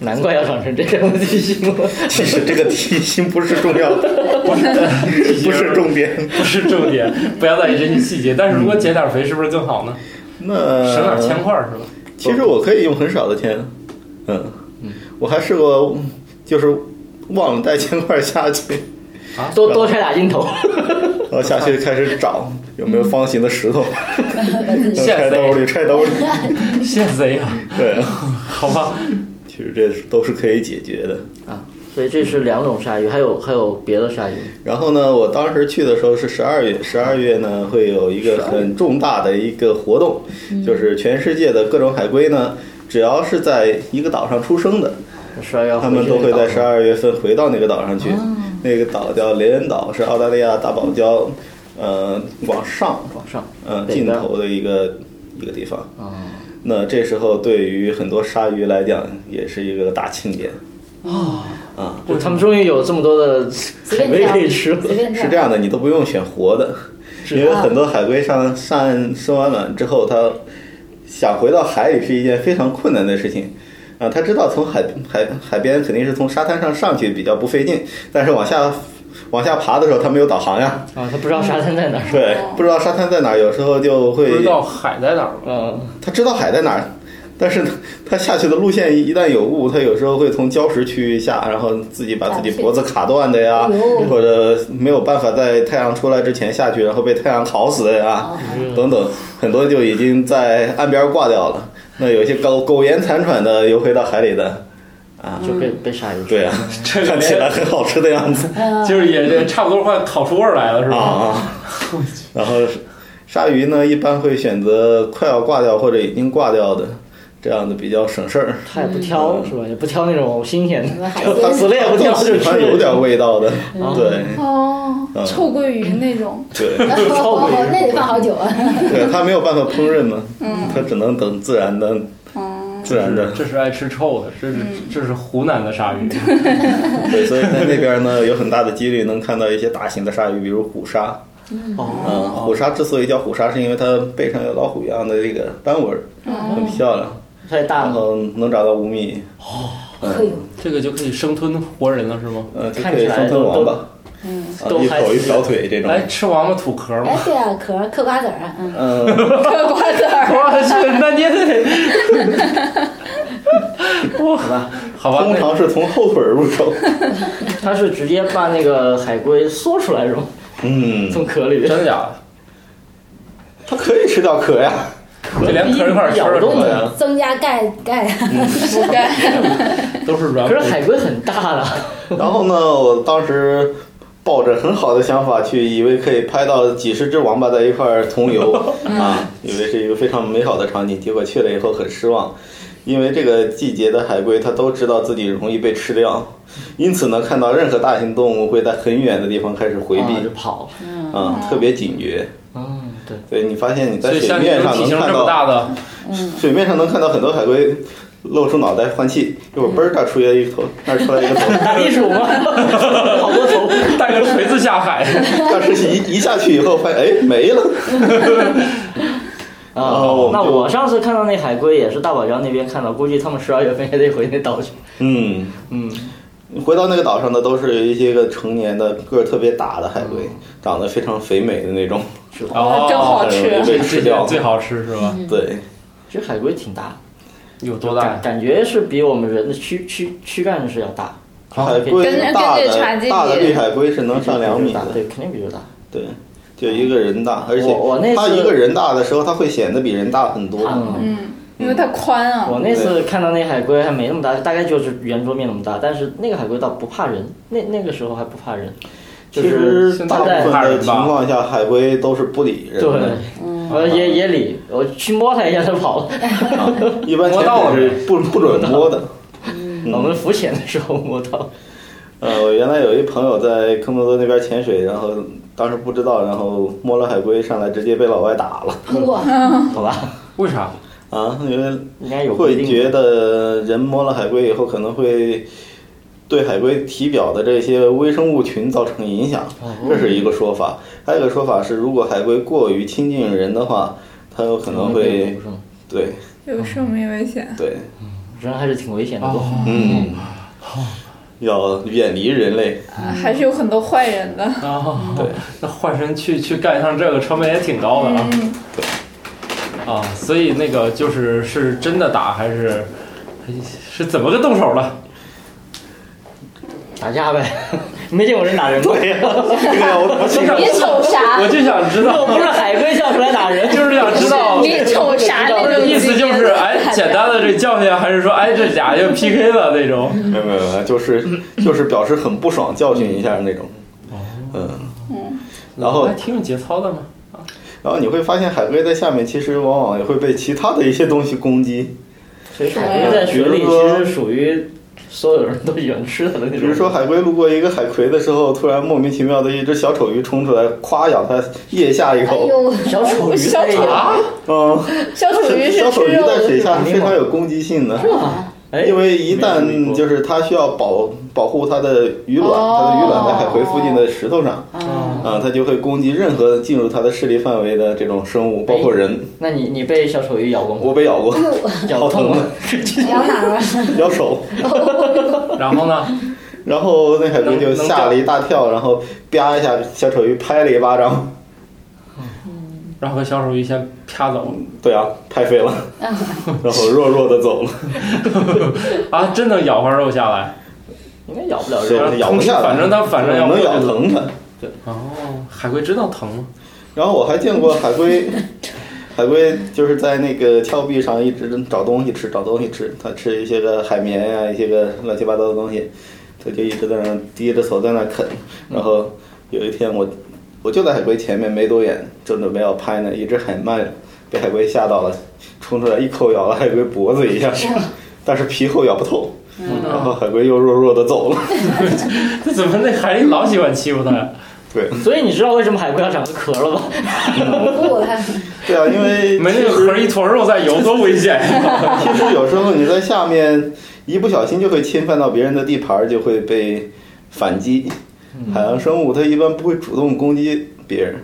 Speaker 4: 难怪要长成这样的体型。
Speaker 8: 其实这个体型不是重要的，不是 重点，
Speaker 2: 不是重点，不要在意这些细节。但是如果减点肥，是不是更好呢？
Speaker 8: 那
Speaker 2: 省点铅块儿是吧？
Speaker 8: 其实我可以用很少的铅，嗯，我还试过，嗯就是忘了带铅块下去，
Speaker 2: 啊
Speaker 4: 多多揣俩烟头，
Speaker 8: 然后下去开始找有没有方形的石头，揣
Speaker 2: 现
Speaker 8: 兜里，揣兜里，
Speaker 2: 现贼啊！
Speaker 8: 对，
Speaker 2: 好吧，
Speaker 8: 其实这都是可以解决的。
Speaker 4: 所以这是两种鲨鱼，还有还有别的鲨鱼。
Speaker 8: 然后呢，我当时去的时候是十二月，十二月呢会有一个很重大的一个活动，
Speaker 4: 嗯
Speaker 8: 就是全世界的各种海龟呢，只要是在一个岛上出生的，
Speaker 4: 十二月
Speaker 8: 他们都会在十二月份回到那个岛上去。
Speaker 4: 哦
Speaker 8: 那个岛叫雷恩岛，是澳大利亚大堡礁，呃，往上
Speaker 4: 往上，
Speaker 8: 嗯，
Speaker 4: 北
Speaker 8: 尽
Speaker 4: 边
Speaker 8: 头的一个一个地方。
Speaker 4: 啊，
Speaker 8: 那这时候对于很多鲨鱼来讲，也是一个大庆典。
Speaker 4: 啊，
Speaker 8: 啊，
Speaker 4: 就他们终于有这么多的海
Speaker 8: 便
Speaker 4: 味
Speaker 8: 挑
Speaker 4: 可以吃了
Speaker 10: 随便挑
Speaker 8: 是这样的，你都不用选活的，因
Speaker 2: 啊
Speaker 8: 为很多海龟上上岸生完卵之后，它想回到海里是一件非常困难的事情。啊，它知道从海海海边肯定是从沙滩上上去比较不费劲，但是往下往下爬的时候，它没有导航呀。
Speaker 2: 哦
Speaker 4: 啊，他不知道沙滩在哪儿。
Speaker 8: 对，不知道沙滩在哪儿，有时候就会
Speaker 2: 不知道海在哪儿。
Speaker 4: 嗯，
Speaker 8: 他知道海在哪儿，但是呢，他下去的路线一旦有误，他有时候会从礁石区域下，然后自己把自己脖子卡断的呀
Speaker 4: 哎呦，
Speaker 8: 或者没有办法在太阳出来之前下去，然后被太阳烤死的呀，等等，很多就已经在岸边挂掉了。那有一些苟苟延残喘的游回到海里的，啊，
Speaker 4: 就被被鲨鱼
Speaker 8: 对啊， 看起来很好吃的样子，
Speaker 2: 就是也这差不多快烤出味儿来了，是吧？
Speaker 8: 啊，然后鲨鱼呢，一般会选择快要挂掉或者已经挂掉的，这样的比较省事儿。
Speaker 4: 它也不挑是吧？也不嗯挑那种新鲜的，
Speaker 8: 它
Speaker 4: 死了也不挑，
Speaker 8: 它
Speaker 4: 就
Speaker 8: 喜欢
Speaker 4: 吃
Speaker 8: 有点味道的，对
Speaker 3: 哦，
Speaker 8: 嗯
Speaker 3: 臭鳜鱼那种，
Speaker 8: 对
Speaker 10: 哦，那得放好久啊。
Speaker 8: 对，它没有办法烹饪嘛
Speaker 3: 嗯，
Speaker 8: 它只能等自然的自然的。
Speaker 2: 这是爱吃臭的，这是
Speaker 3: 嗯
Speaker 2: 这是湖南的鲨 鱼。
Speaker 8: 对，所以在那边呢，有很大的几率能看到一些大型的鲨鱼，比如虎鲨。嗯，虎鲨之所以叫虎鲨，是因为它背上有老虎一样的这个斑纹，很漂亮。
Speaker 4: 太大
Speaker 8: 然后能长到五米。 哦，
Speaker 2: 这个就可以生吞活人了，是吗？
Speaker 8: 呃，就可以生吞王八，
Speaker 10: 嗯，
Speaker 8: 啊一口一小腿这种。
Speaker 2: 哎，吃王八吐壳吗
Speaker 10: 哎，？对啊，壳嗑瓜子儿啊，嗯，
Speaker 8: 嗯，
Speaker 10: 嗑瓜子儿
Speaker 2: 我去，那你也得
Speaker 4: 好 吧，
Speaker 2: 好吧，
Speaker 8: 通常是从后腿入手，
Speaker 4: 他是直接把那个海龟缩出来扔，
Speaker 8: 嗯，
Speaker 4: 从壳里，
Speaker 2: 真的假的？
Speaker 8: 它可以吃掉壳呀，
Speaker 2: 就连壳一块儿吃
Speaker 4: 咬
Speaker 2: 了
Speaker 4: 动
Speaker 2: 是
Speaker 4: 的
Speaker 2: 吧，
Speaker 10: 增加钙钙
Speaker 8: 嗯
Speaker 10: 覆盖。
Speaker 2: 都是软
Speaker 4: 可
Speaker 2: 骨
Speaker 4: 是。海龟很大啊的，
Speaker 8: 然后呢，我当时抱着很好的想法去，以为可以拍到几十只王八在一块儿同游啊，以为是一个非常美好的场景。结果去了以后很失望，因为这个季节的海龟它都知道自己容易被吃掉，因此呢，看到任何大型动物会在很远的地方开始回
Speaker 2: 哦
Speaker 4: 啊
Speaker 8: 避
Speaker 4: 就跑了。
Speaker 8: 啊，特别警觉。
Speaker 4: 嗯，对，
Speaker 8: 对你发现你在
Speaker 2: 所以
Speaker 8: 水
Speaker 2: 像你这
Speaker 8: 面
Speaker 2: 种
Speaker 8: 上
Speaker 2: 体
Speaker 8: 能
Speaker 2: 型
Speaker 8: 看
Speaker 2: 这么
Speaker 8: 到，
Speaker 2: 大的，
Speaker 8: 水面上能看到很多海龟露出脑袋换气，一会儿嘣儿这儿出现一头，那儿出来一个头。
Speaker 4: 大地鼠吗？ 好多头，
Speaker 2: 带个锤子 下海，
Speaker 8: 但是一一下去以后发现，哎，没了。
Speaker 4: 啊
Speaker 8: 哦，
Speaker 4: 那
Speaker 8: 对
Speaker 4: 我上次看到那海龟也是大堡礁那边看到，估计他们十二月份也得回那岛去。
Speaker 8: 嗯，
Speaker 4: 嗯，
Speaker 8: 回到那个岛上的都是一些个成年的个儿特别大的海龟，长得非常肥美的那种，
Speaker 2: 哦，
Speaker 3: 真好
Speaker 8: 很容易
Speaker 3: 吃。嗯
Speaker 8: 被
Speaker 2: 这
Speaker 8: 吃
Speaker 2: 这
Speaker 8: 掉
Speaker 2: 点。最好吃是吧？
Speaker 8: 对，
Speaker 4: 其实海龟挺大，
Speaker 2: 有多
Speaker 4: 感
Speaker 2: 大？
Speaker 4: 感觉是比我们人的躯躯躯干是要大，
Speaker 8: 海龟
Speaker 9: 跟
Speaker 8: 大
Speaker 9: 跟这差距
Speaker 8: 的大的绿海龟是能上两米
Speaker 4: 大，
Speaker 8: 的，
Speaker 4: 对，肯定比这大。
Speaker 8: 对，就一个人大，而且
Speaker 4: 我我那次
Speaker 8: 它一个人大的时候，它会显得比人大很多。
Speaker 4: 嗯，
Speaker 3: 嗯，因为它宽啊。
Speaker 8: 嗯
Speaker 4: 我那次看到那海龟还没那么大，大概就是圆桌面那么大，但是那个海龟倒不怕人，那那个时候还不怕人，就
Speaker 8: 其
Speaker 4: 是
Speaker 8: 实
Speaker 4: 大
Speaker 8: 大部
Speaker 4: 概
Speaker 8: 分
Speaker 2: 怕
Speaker 8: 的
Speaker 2: 人吧
Speaker 8: 情况下，海龟都是不理人
Speaker 4: 对呃
Speaker 8: 的，，
Speaker 4: 我也也理，我去摸它一下它跑了。
Speaker 8: 啊，一般
Speaker 2: 摸
Speaker 8: 潜
Speaker 2: 到了
Speaker 8: 水是不不准摸的。嗯
Speaker 4: 我们浮潜的时候摸到，
Speaker 8: 呃，我原来有一朋友在科莫多那边潜水，然后当时不知道，然后摸了海龟上来，直接被老外打了
Speaker 10: 通过
Speaker 4: 好吧，
Speaker 2: 为啥？
Speaker 8: 啊，因
Speaker 4: 应该
Speaker 8: 为
Speaker 4: 有规
Speaker 8: 会
Speaker 4: 定
Speaker 8: 觉得人摸了海龟以后可能会对海龟体表的这些微生物群造成影响，这是一个说法。还有一个说法是，如果海龟过于亲近人的话，它有可能会
Speaker 4: 毒是吗
Speaker 8: 对
Speaker 3: 有生命危 险。
Speaker 8: 对，
Speaker 4: 人还是挺危
Speaker 2: 哦
Speaker 4: 险的。
Speaker 8: 嗯，要远离人类。
Speaker 3: 还是有很多坏人的。
Speaker 2: 啊，对，那换身去去干一趟这个成本也挺高的啊。啊，所以那个就是是真的打还是是怎么个动手了？
Speaker 4: 打架呗，没见过人打人吗？对呀、
Speaker 8: 这个我不清楚。
Speaker 10: 你瞅啥？
Speaker 2: 我就想知道，
Speaker 4: 不是海龟叫出来打人，
Speaker 2: 就是想知道，
Speaker 9: 你瞅啥那种
Speaker 2: 意思就是哎，简单的这教训，还是说哎这俩就 PK 了那种？
Speaker 3: 嗯
Speaker 8: 没有没 有，没有，就是就是表示很不爽，教训一下那种。
Speaker 4: 哦
Speaker 8: 嗯，然后
Speaker 2: 还挺有节操的嘛。
Speaker 8: 然后你会发现海龟在下面其实往往也会被其他的一些东西攻击，
Speaker 4: 所以海龟在水里其实属于所有人都喜欢吃它的那
Speaker 8: 比
Speaker 4: 种。
Speaker 8: 如说海龟路过一个海葵的时候，突然莫名其妙的一只小丑鱼冲出来，咵咬它腋下一
Speaker 10: 哎
Speaker 8: 口。
Speaker 10: 呦，
Speaker 4: 小丑鱼，
Speaker 3: 小丑
Speaker 4: 啊，
Speaker 8: 嗯，
Speaker 3: 小丑鱼是
Speaker 8: 小丑
Speaker 3: 吃
Speaker 8: 鱼
Speaker 3: 肉
Speaker 8: 在水
Speaker 3: 的，
Speaker 8: 下是非常有攻击性的，
Speaker 4: 哎，
Speaker 8: 因为一
Speaker 4: 没
Speaker 8: 旦
Speaker 4: 有
Speaker 8: 就是它需要保保护它的鱼卵，
Speaker 3: 哦
Speaker 8: 它的鱼卵在海葵附近的石头上，
Speaker 10: 啊，
Speaker 8: 啊，它就会攻击任何进入它的势力范围的这种生物，包括
Speaker 3: 哎
Speaker 8: 人。
Speaker 4: 那你你被小丑鱼咬过吗？
Speaker 8: 我被咬过，
Speaker 4: 咬
Speaker 8: 好
Speaker 4: 痛吗
Speaker 8: 疼啊！
Speaker 10: 聊哪儿啊？
Speaker 8: 咬手，
Speaker 2: 然后呢？
Speaker 8: 然后那海龟就吓了一大跳，然后啪一下，小丑鱼拍了一巴掌，
Speaker 2: 然后小丑鱼先啪走
Speaker 8: 对啊，拍飞 了，然后弱弱的走了，
Speaker 2: 啊，真能咬块肉下来。
Speaker 4: 应该咬不了
Speaker 8: 对
Speaker 4: 人。
Speaker 8: 咬不下来，嗯
Speaker 2: 反正它反正要
Speaker 8: 能咬疼它。
Speaker 2: 哦，海龟知道疼吗？
Speaker 8: 然后我还见过海龟， 海龟就是在那个峭壁上一直找东西吃，找东西吃，它吃一些个海绵呀、一些个乱七八糟的东西，它就一直在那儿低着头在那儿啃。然后有一天我我就在海龟前面没多远，正准备要拍呢，一只海鳗被海龟吓到了，冲出来一口咬了海龟脖子一下，但是皮厚咬不透，然后海龟又弱弱的走了。
Speaker 2: 这怎么那海里老喜欢欺负它呀？
Speaker 8: 对
Speaker 4: 所以你知道为什么海龟要长个壳了吧？
Speaker 10: 不，还
Speaker 8: 对啊，因为
Speaker 2: 没那个壳一坨肉在游，多危险 呀！
Speaker 8: 其实有时候你在下面一不小心就会侵犯到别人的地盘儿，就会被反击。海洋生物它一般不会主动攻击别人，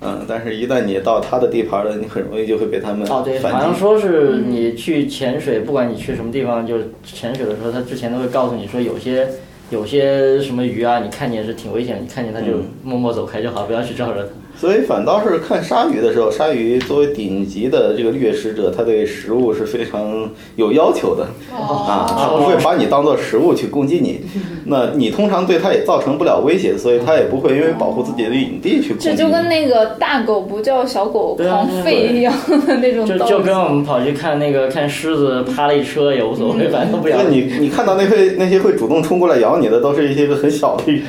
Speaker 8: 嗯，但是一旦你到它的地盘儿了，你很容易就会被他们
Speaker 4: 哦，对，好
Speaker 8: 反
Speaker 4: 像
Speaker 8: 击。
Speaker 4: 说是你去潜水，不管你去什么地方，就是潜水的时候，他之前都会告诉你说，有些有些什么鱼啊，你看见是挺危险，你看见它就
Speaker 8: 嗯
Speaker 4: 默默走开就好，不要去招惹它。
Speaker 8: 所以反倒是看鲨鱼的时候，鲨鱼作为顶级的这个掠食者，它对食物是非常有要求的
Speaker 4: 哦
Speaker 8: 啊，它不会把你当做食物去攻击 你。那你通常对它也造成不了威胁，所以它也不会因为保护自己的领地去攻击
Speaker 9: 这
Speaker 8: 你。
Speaker 9: 就跟那个大狗不叫小狗狂吠一样的那种
Speaker 4: 就
Speaker 9: 道
Speaker 4: 啊就
Speaker 9: 理
Speaker 4: 跟。我们跑去看那个看狮子趴了一车也无所谓，反正都不咬
Speaker 8: 那。你你看到那会那些会主动冲过来咬你的，都是一些个很小的鱼。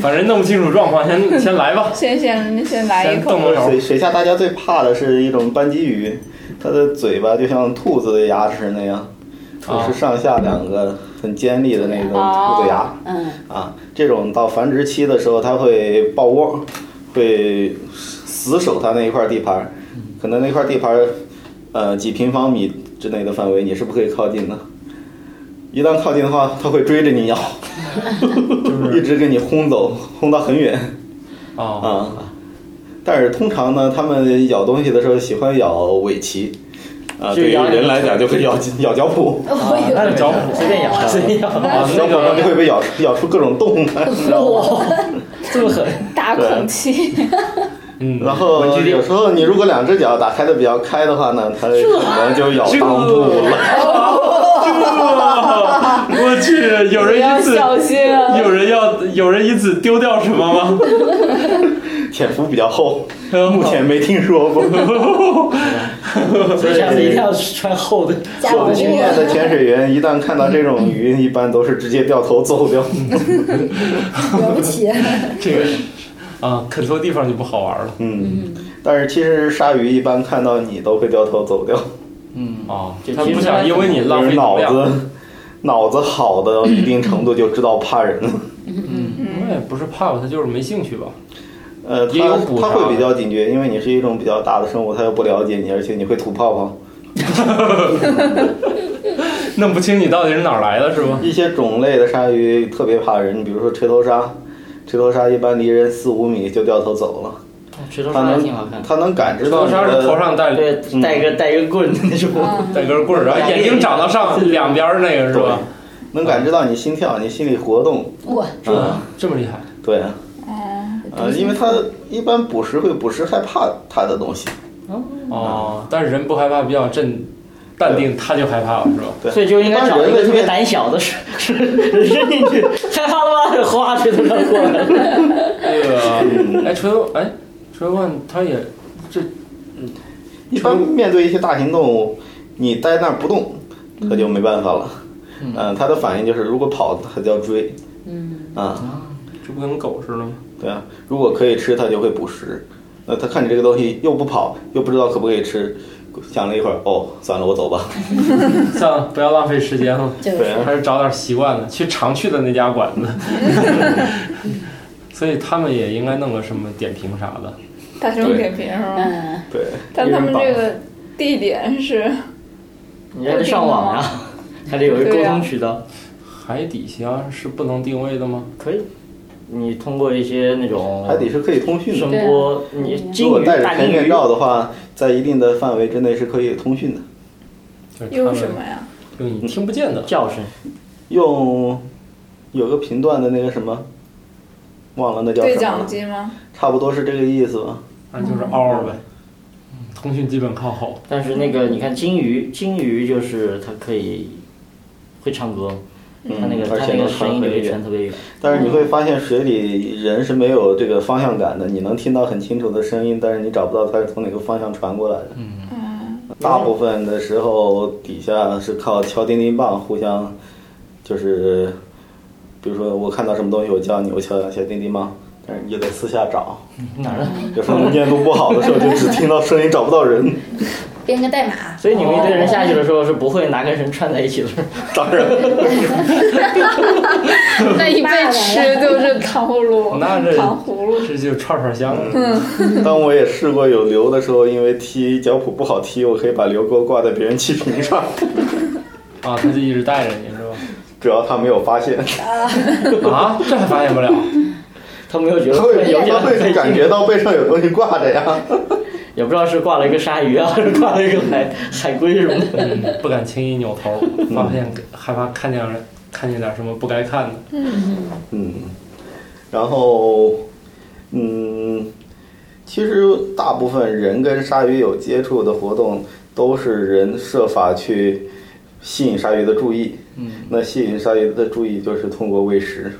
Speaker 2: 反正弄不清楚状况，先先来 吧。
Speaker 9: 先先先来一口，
Speaker 8: 水水下大家最怕的是一种斑鳍鱼，它的嘴巴就像兔子的牙齿那样，就是上下两个很尖利的那种兔子牙。
Speaker 10: 嗯，
Speaker 8: 啊，这种到繁殖期的时候，它会抱窝，会死守它那一块地盘儿，可能那块地盘儿，呃，几平方米之内的范围你是不可以靠近的。一旦靠近的话，它会追着你咬， 一直给你轰走，轰到很远。
Speaker 2: 哦
Speaker 8: 啊、但是通常呢，它们咬东西的时候喜欢咬尾鳍，啊、
Speaker 4: 就
Speaker 8: 对于
Speaker 4: 咬你
Speaker 8: 人来讲就会 咬咬脚蹼。
Speaker 4: 哦那你找谱随便咬，随便咬，
Speaker 8: 啊，小狗呢就会被咬出咬出各种洞来，
Speaker 4: 这么狠。
Speaker 9: 大孔气，
Speaker 8: 嗯，然后有时候你如果两只脚打开的比较开的话呢，它可能就咬裆部了。
Speaker 2: 我去，有人因此
Speaker 3: 小心啊！
Speaker 2: 有人要有人因此丢掉什么 吗？呃
Speaker 8: 潜伏比较厚，
Speaker 4: 哦
Speaker 8: 目前没听 说过。
Speaker 4: 所以下次一定要穿厚的。
Speaker 8: 有经验的潜水员一旦看到这种鱼，一般都是直接掉头走掉。
Speaker 10: 了不起。
Speaker 2: 这个啊，啃错地方就不好玩了。
Speaker 8: 嗯，但是其实鲨鱼一般看到你都会掉头走掉，
Speaker 4: 嗯，
Speaker 2: 哦
Speaker 4: 就，
Speaker 2: 他
Speaker 4: 其实
Speaker 2: 不想因为你浪
Speaker 8: 就是
Speaker 2: 费能
Speaker 8: 脑
Speaker 2: 量。
Speaker 8: 子脑子好到一定程度就知道怕 人。
Speaker 4: 嗯
Speaker 2: 我也不是怕吧，他就是没兴趣吧。
Speaker 8: 呃，它
Speaker 2: 也有补
Speaker 8: 它
Speaker 2: 偿
Speaker 8: 会比较警觉，因为你是一种比较大的生物，它又不了解你，而且你会吐泡泡。
Speaker 2: 弄不清你到底是哪儿来的，是吧？
Speaker 8: 一些种类的鲨鱼特别怕人，比如说锤头鲨，锤头鲨一般离人四五米就掉头走了，
Speaker 4: 锤头
Speaker 8: 它
Speaker 4: 鲨还
Speaker 8: 能
Speaker 4: 挺好看的。
Speaker 8: 它能感知呃到
Speaker 2: 嗯头
Speaker 8: 你
Speaker 2: 鲨是头
Speaker 8: 的。
Speaker 2: 上带
Speaker 4: 对，带一个带一个棍那种。
Speaker 2: 带根棍儿，然后眼睛长到上两边儿那个是吧？
Speaker 8: 能感知到你心跳、你心理活动，
Speaker 10: 我
Speaker 8: 啊，
Speaker 2: 这么厉害？
Speaker 8: 对啊， 呃，因为它一般捕食会捕食害怕它的东西，
Speaker 9: 嗯
Speaker 2: 哦，但是人不害怕，比较镇淡定，他就害怕了，是 吧？
Speaker 8: 对，
Speaker 4: 所以就应该
Speaker 8: 当
Speaker 4: 找一
Speaker 8: 人
Speaker 4: 个
Speaker 8: 类
Speaker 4: 特别
Speaker 8: 面
Speaker 4: 胆小的，是是扔进去，害怕了吗？哗，锤头鲨过来了。
Speaker 2: 那个，哎，锤头，哎，锤头万他也这
Speaker 8: 一般面对一些大型动物，你待那儿不动，它就没办法了。嗯、它的反应就是如果跑，它就要追。嗯啊，
Speaker 2: 这不跟狗似的吗？
Speaker 8: 对啊，如果可以吃，它就会捕食。那它看你这个东西又不跑，又不知道可不可以吃，想了一会儿，哦，算了，我走吧。
Speaker 2: 算了，不要浪费时间了，
Speaker 8: 对啊，
Speaker 2: 还是找点习惯的，去常去的那家馆 子。所以他们也应该弄个什么点评啥的。
Speaker 9: 大众点评是 吗？
Speaker 10: 嗯，
Speaker 8: 对，
Speaker 9: 但他们这个地点是
Speaker 4: 你还得上网呀，还得有一个沟通渠道。
Speaker 2: 海底虾是不能定位的吗？
Speaker 4: 可以，你通过一些那种
Speaker 8: 海底是可以通讯
Speaker 4: 声
Speaker 8: 的。
Speaker 4: 波，你
Speaker 8: 如
Speaker 4: 鲸
Speaker 8: 果
Speaker 4: 哦鱼、
Speaker 8: 戴着
Speaker 4: 大
Speaker 8: 全
Speaker 4: 鲸
Speaker 8: 面
Speaker 4: 鱼，
Speaker 8: 罩的话，在一定的范围之内是可以通讯的。
Speaker 2: 就是他们
Speaker 9: 用什么呀？
Speaker 2: 用你听不见的
Speaker 4: 叫声，
Speaker 8: 用有个频段的那个什么，忘了那叫
Speaker 9: 对
Speaker 8: 什么
Speaker 9: 讲
Speaker 8: 了，
Speaker 9: 机吗？
Speaker 8: 差不多是这个意思吧。
Speaker 2: 那就是嗷呗。通讯基本靠吼，
Speaker 4: 但是那个你看鲸鱼，鲸鱼就是它可以会唱歌，它那个
Speaker 8: 嗯而
Speaker 4: 它
Speaker 8: 且
Speaker 4: 那个
Speaker 8: 能
Speaker 4: 声
Speaker 8: 传
Speaker 4: 音就
Speaker 8: 回
Speaker 4: 会
Speaker 8: 去
Speaker 4: 传特别远。
Speaker 8: 但是你会发现水里人是没有这个方向感的，你能听到很清楚的声音，但是你找不到它是从哪个方向传过来的。嗯，大部分的时候底下是靠敲叮叮棒互相，就是，比如说我看到什么东西，我叫你，我敲两下叮叮棒，但是你就得私下找。
Speaker 4: 哪儿呢？
Speaker 8: 有时候能见度不好的时候，就只听到声音找不到人。
Speaker 10: 编个代码。
Speaker 4: 所以你们一堆人下去的时候是不会拿根绳串在一起的，
Speaker 8: 当然，
Speaker 9: 那一被吃就是糖葫芦，
Speaker 2: 那这
Speaker 9: 糖葫芦。
Speaker 2: 这就是串串香。嗯，
Speaker 8: 当我也试过有流的时候，因为踢脚蹼不好踢，我可以把流钩挂在别人气瓶上，
Speaker 2: 啊，他就一直带着你是
Speaker 8: 只要他没有发现。
Speaker 2: 吧？啊，这还发现不了？
Speaker 4: 他没有觉得
Speaker 8: 他
Speaker 4: 特别
Speaker 8: 会
Speaker 4: 遥
Speaker 8: 他
Speaker 4: 远，
Speaker 8: 会感觉到背上有东西挂着呀。
Speaker 4: 也不知道是挂了一个鲨鱼啊，还 是挂了一个海 海龟什么的。
Speaker 2: 嗯，不敢轻易扭头，发现害怕看见人看见点什么不该看的。
Speaker 8: 嗯嗯，然后嗯，其实大部分人跟鲨鱼有接触的活动，都是人设法去吸引鲨鱼的注意。
Speaker 4: 嗯，
Speaker 8: 那吸引鲨鱼的注意就是通过喂食。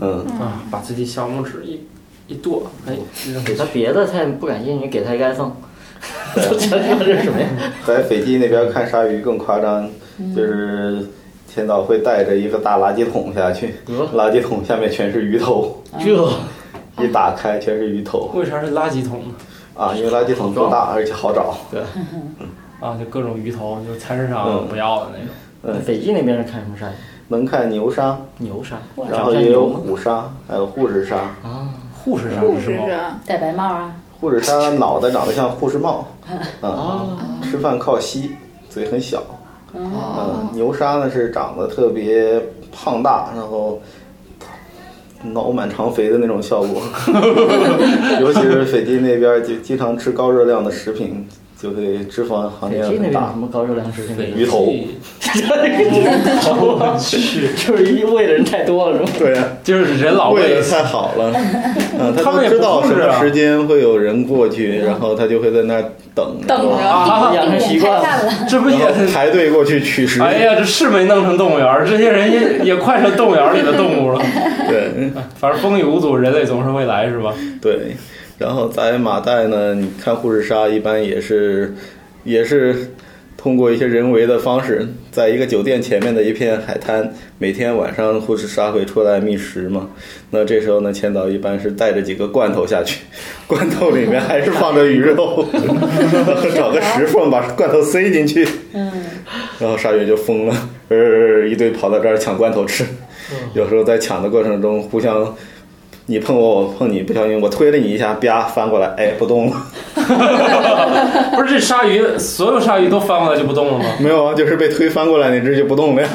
Speaker 8: 嗯
Speaker 2: 啊，把自己小拇指一一剁，哎，
Speaker 4: 给他别的他也不感兴趣，给他一个 iPhone，这是什么呀？
Speaker 8: 在斐济那边看鲨鱼更夸张，就是天导会带着一个大垃圾桶下去，垃圾桶下面全是鱼头，
Speaker 4: 这
Speaker 8: 一打开全是鱼头。
Speaker 2: 为啥是垃圾桶呢？
Speaker 8: 啊，因为垃圾桶够大，而且好找。
Speaker 4: 对，
Speaker 2: 啊，就各种鱼头，就菜市场不要的那种。
Speaker 8: 嗯，
Speaker 4: 斐呃济那边是看什么鲨鱼？
Speaker 8: 能看牛鲨、
Speaker 4: 牛鲨，
Speaker 8: 然后也有虎鲨，还有护士鲨。
Speaker 4: 啊，
Speaker 2: 护士鲨
Speaker 3: 护
Speaker 2: 是
Speaker 3: 士
Speaker 2: 吗？
Speaker 3: 啊，
Speaker 10: 戴白帽啊，
Speaker 8: 护士鲨脑袋长得像护 士帽，
Speaker 4: 哦
Speaker 8: 嗯，吃饭靠吸，嘴很小。嗯，牛鲨呢是长得特别胖大，然后脑满肠肥的那种效果， 尤其是斐济那边就经常吃高热量的食品，就会脂肪含
Speaker 4: 斐
Speaker 8: 量
Speaker 4: 济那
Speaker 8: 很
Speaker 4: 边有
Speaker 8: 大
Speaker 4: 什。么高热量食品？
Speaker 8: 鱼头，
Speaker 4: 我去， 就是因为人太多了，是吧？
Speaker 8: 对啊，
Speaker 2: 就是人老
Speaker 8: 喂的
Speaker 2: 喂，
Speaker 8: 太好 了，嗯，
Speaker 2: 他
Speaker 8: 都
Speaker 2: 们也
Speaker 8: 知
Speaker 2: 不
Speaker 8: 道
Speaker 2: 控
Speaker 8: 什
Speaker 2: 制啊
Speaker 8: 么时间会有人过去，然后他就会在那儿等，
Speaker 3: 等着。
Speaker 2: 啊
Speaker 4: 养成习惯 了。
Speaker 2: 这不
Speaker 8: 然
Speaker 2: 也
Speaker 8: 后排队过去取食。
Speaker 2: 哎呀，这是没弄成动物 园儿，这些人也也快成动物园儿里的动物了。
Speaker 8: 对
Speaker 2: 反正风雨无阻，人类总是会来， 是吧？
Speaker 8: 对，然后在马代呢，你看护士鲨一般也是也是通过一些人为的方式，在一个酒店前面的一片海滩，每天晚上护士鲨会出来觅食嘛。那这时候呢，千岛一般是带着几个罐头下去，罐头里面还是放着鱼肉， 找个石缝把罐头塞进去，然后鲨鱼就疯了，呃，一堆跑到这儿抢罐头吃。有时候在抢的过程中，互相你碰我，我碰你，不小心我推了你一下，啪翻过来，哎，不动了。
Speaker 2: 不是这鲨鱼，所有鲨鱼都翻过来就不动了 吗？
Speaker 8: 没有啊，就是被推翻过来那只就不动了呀。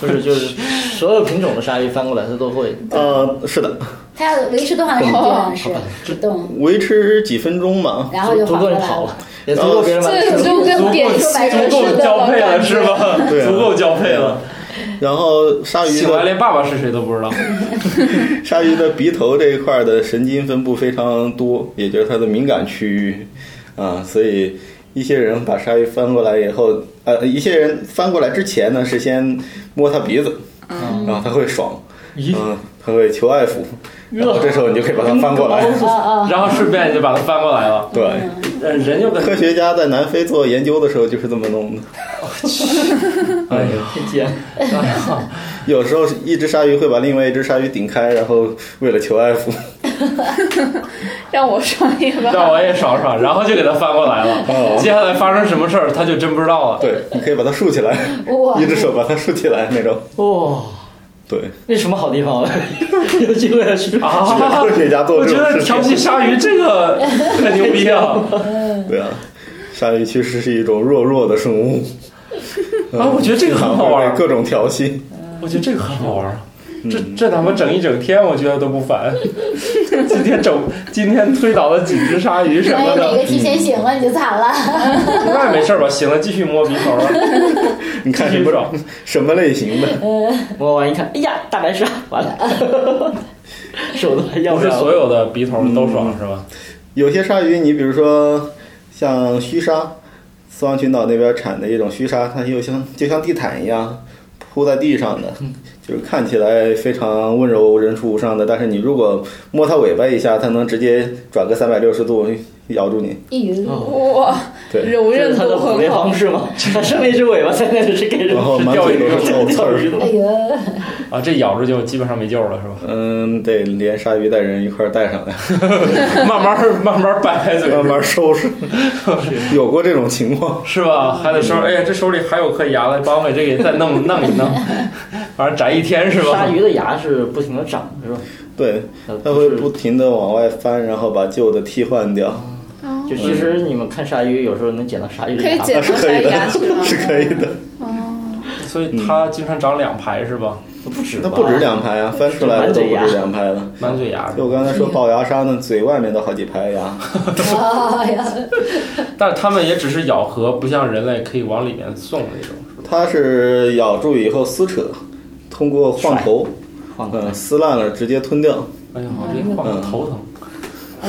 Speaker 4: 不是，就是所有品种的鲨鱼翻过来，它都会。
Speaker 8: 呃，是的，
Speaker 10: 它要维持多长时
Speaker 8: 哦
Speaker 10: 间啊？是主动，
Speaker 8: 维持几分钟吧。
Speaker 10: 然后就
Speaker 4: 足
Speaker 10: 缓
Speaker 4: 够
Speaker 10: 过
Speaker 4: 你
Speaker 10: 来
Speaker 4: 跑了，也足够别人把
Speaker 3: 这就
Speaker 2: 足
Speaker 3: 跟点
Speaker 2: 够
Speaker 3: 出来
Speaker 2: 足够交配了是吧？
Speaker 8: 对 啊
Speaker 2: 足够交配 了。
Speaker 8: 然后鲨鱼
Speaker 2: 醒来
Speaker 8: 的
Speaker 2: 连爸爸是谁都不知道。
Speaker 8: 鲨鱼的鼻头这一块的神经分布非常多，也就是它的敏感区域啊，所以一些人把鲨鱼翻过来以后，呃，一些人翻过来之前呢是先摸它鼻子，然后它会爽，
Speaker 2: 咦
Speaker 8: 嗯，它会求爱抚，然后这时候你就可以把它翻过来，
Speaker 10: 哦
Speaker 2: 然后顺便就把它翻过来了。
Speaker 8: 对。
Speaker 2: 呃人就跟
Speaker 8: 科学家在南非做研究的时候就是这么弄的。
Speaker 4: 哦
Speaker 2: 哎呀，
Speaker 4: 见。
Speaker 8: 有时候一只鲨鱼会把另外一只鲨鱼顶开，然后为了求 爱抚，
Speaker 3: 让我爽一把。
Speaker 2: 让我也爽爽，然后就给它翻过来了。
Speaker 8: 哦
Speaker 2: 接下来发生什么事儿，他就真不知道了。
Speaker 8: 对，你可以把它竖起来，
Speaker 10: 哇
Speaker 8: 一只手把它竖起来那种。
Speaker 4: 哇，
Speaker 8: 对，
Speaker 4: 哦那什么好地方啊？ 有机会要去
Speaker 2: 啊，
Speaker 8: 科学家做
Speaker 2: 我
Speaker 8: 这
Speaker 2: 觉
Speaker 8: 种
Speaker 2: 得
Speaker 8: 事
Speaker 2: 调
Speaker 8: 情，
Speaker 2: 戏鲨鱼这个很牛逼 啊！
Speaker 8: 对啊，鲨鱼其实是一种弱弱的生物，嗯
Speaker 2: 啊，我觉得这个很好玩
Speaker 8: 会被
Speaker 2: 儿，
Speaker 8: 各种调戏。
Speaker 2: 我觉得这个很好玩儿。这这他妈整一整天，我觉得都不烦。 今天整今天推倒了几只鲨鱼什
Speaker 10: 万
Speaker 2: 么
Speaker 10: 一哪
Speaker 2: 的
Speaker 10: 个，提前醒了，你就惨了。
Speaker 2: 那没事儿吧？醒了继续摸鼻头啊 了，
Speaker 8: 你看
Speaker 2: 继
Speaker 8: 什
Speaker 2: 续
Speaker 8: 么
Speaker 2: 爽。
Speaker 8: 什么类型的？
Speaker 4: 摸完一看，哎呀，大白鲨，完了， 手都还要
Speaker 2: 不
Speaker 4: 不
Speaker 2: 是
Speaker 4: 了。
Speaker 2: 所有的鼻头都爽是吧？
Speaker 8: 有些鲨鱼，你比如说像须鲨，斯旺群岛那边产的一种须鲨，它又像就像地毯一样铺在地上的， 就是看起来非常温柔、人畜无伤的。但是你如果摸它尾巴一下，它能直接转个三百六十度咬住你。
Speaker 10: 一鱼，
Speaker 3: 哇，
Speaker 8: 对，
Speaker 3: 柔
Speaker 4: 这
Speaker 3: 韧
Speaker 4: 是它
Speaker 3: 度
Speaker 4: 的捕
Speaker 3: 很
Speaker 4: 猎
Speaker 3: 好
Speaker 4: 方。式吗？它上面一只尾巴在那里是给人
Speaker 8: 然 后
Speaker 4: 吃
Speaker 8: 满
Speaker 4: 钓
Speaker 8: 嘴都
Speaker 4: 鱼
Speaker 8: 是肉刺
Speaker 4: 钓鱼
Speaker 8: 儿。
Speaker 4: 的
Speaker 10: 哎。呦，
Speaker 2: 啊，这咬住就基本上没救了是吧？
Speaker 8: 嗯，得连鲨鱼带人一块儿带上 来，
Speaker 2: 慢慢儿慢慢儿掰开嘴，
Speaker 8: 慢慢收拾。有过这种情况。
Speaker 2: 是吧？还得说，哎呀，这手里还有颗牙了，帮我给这个再 弄弄一弄，反正摘一天是吧？
Speaker 4: 鲨鱼的牙是不停的长，是吧？
Speaker 8: 对，
Speaker 4: 呃
Speaker 8: 它会不停的往外翻，然后把旧的替换掉，
Speaker 4: 就其实你们看鲨鱼，有时候能捡到鲨鱼的
Speaker 3: 可以
Speaker 4: 牙。
Speaker 3: 剪
Speaker 8: 是
Speaker 3: 到
Speaker 8: 可
Speaker 3: 鲨
Speaker 8: 以
Speaker 3: 鱼牙齿吗
Speaker 8: 的，？是可以的。
Speaker 2: 所以它经常长两排是吧？
Speaker 4: 不止吧
Speaker 8: 它不止两排啊，翻出来的都不
Speaker 4: 满
Speaker 8: 止
Speaker 4: 嘴牙
Speaker 8: 两排了。
Speaker 2: 满嘴牙，
Speaker 8: 就我刚才说龅牙鲨呢，嘴外面都好几排牙。
Speaker 10: 哎呀，
Speaker 2: 但是它们也只是咬合，不像人类可以往里面送那种。
Speaker 8: 它是咬住以后撕扯，通过晃头，
Speaker 4: 晃头
Speaker 8: 嗯，撕烂了直接吞掉。嗯
Speaker 2: 哎呀，我这晃得头疼。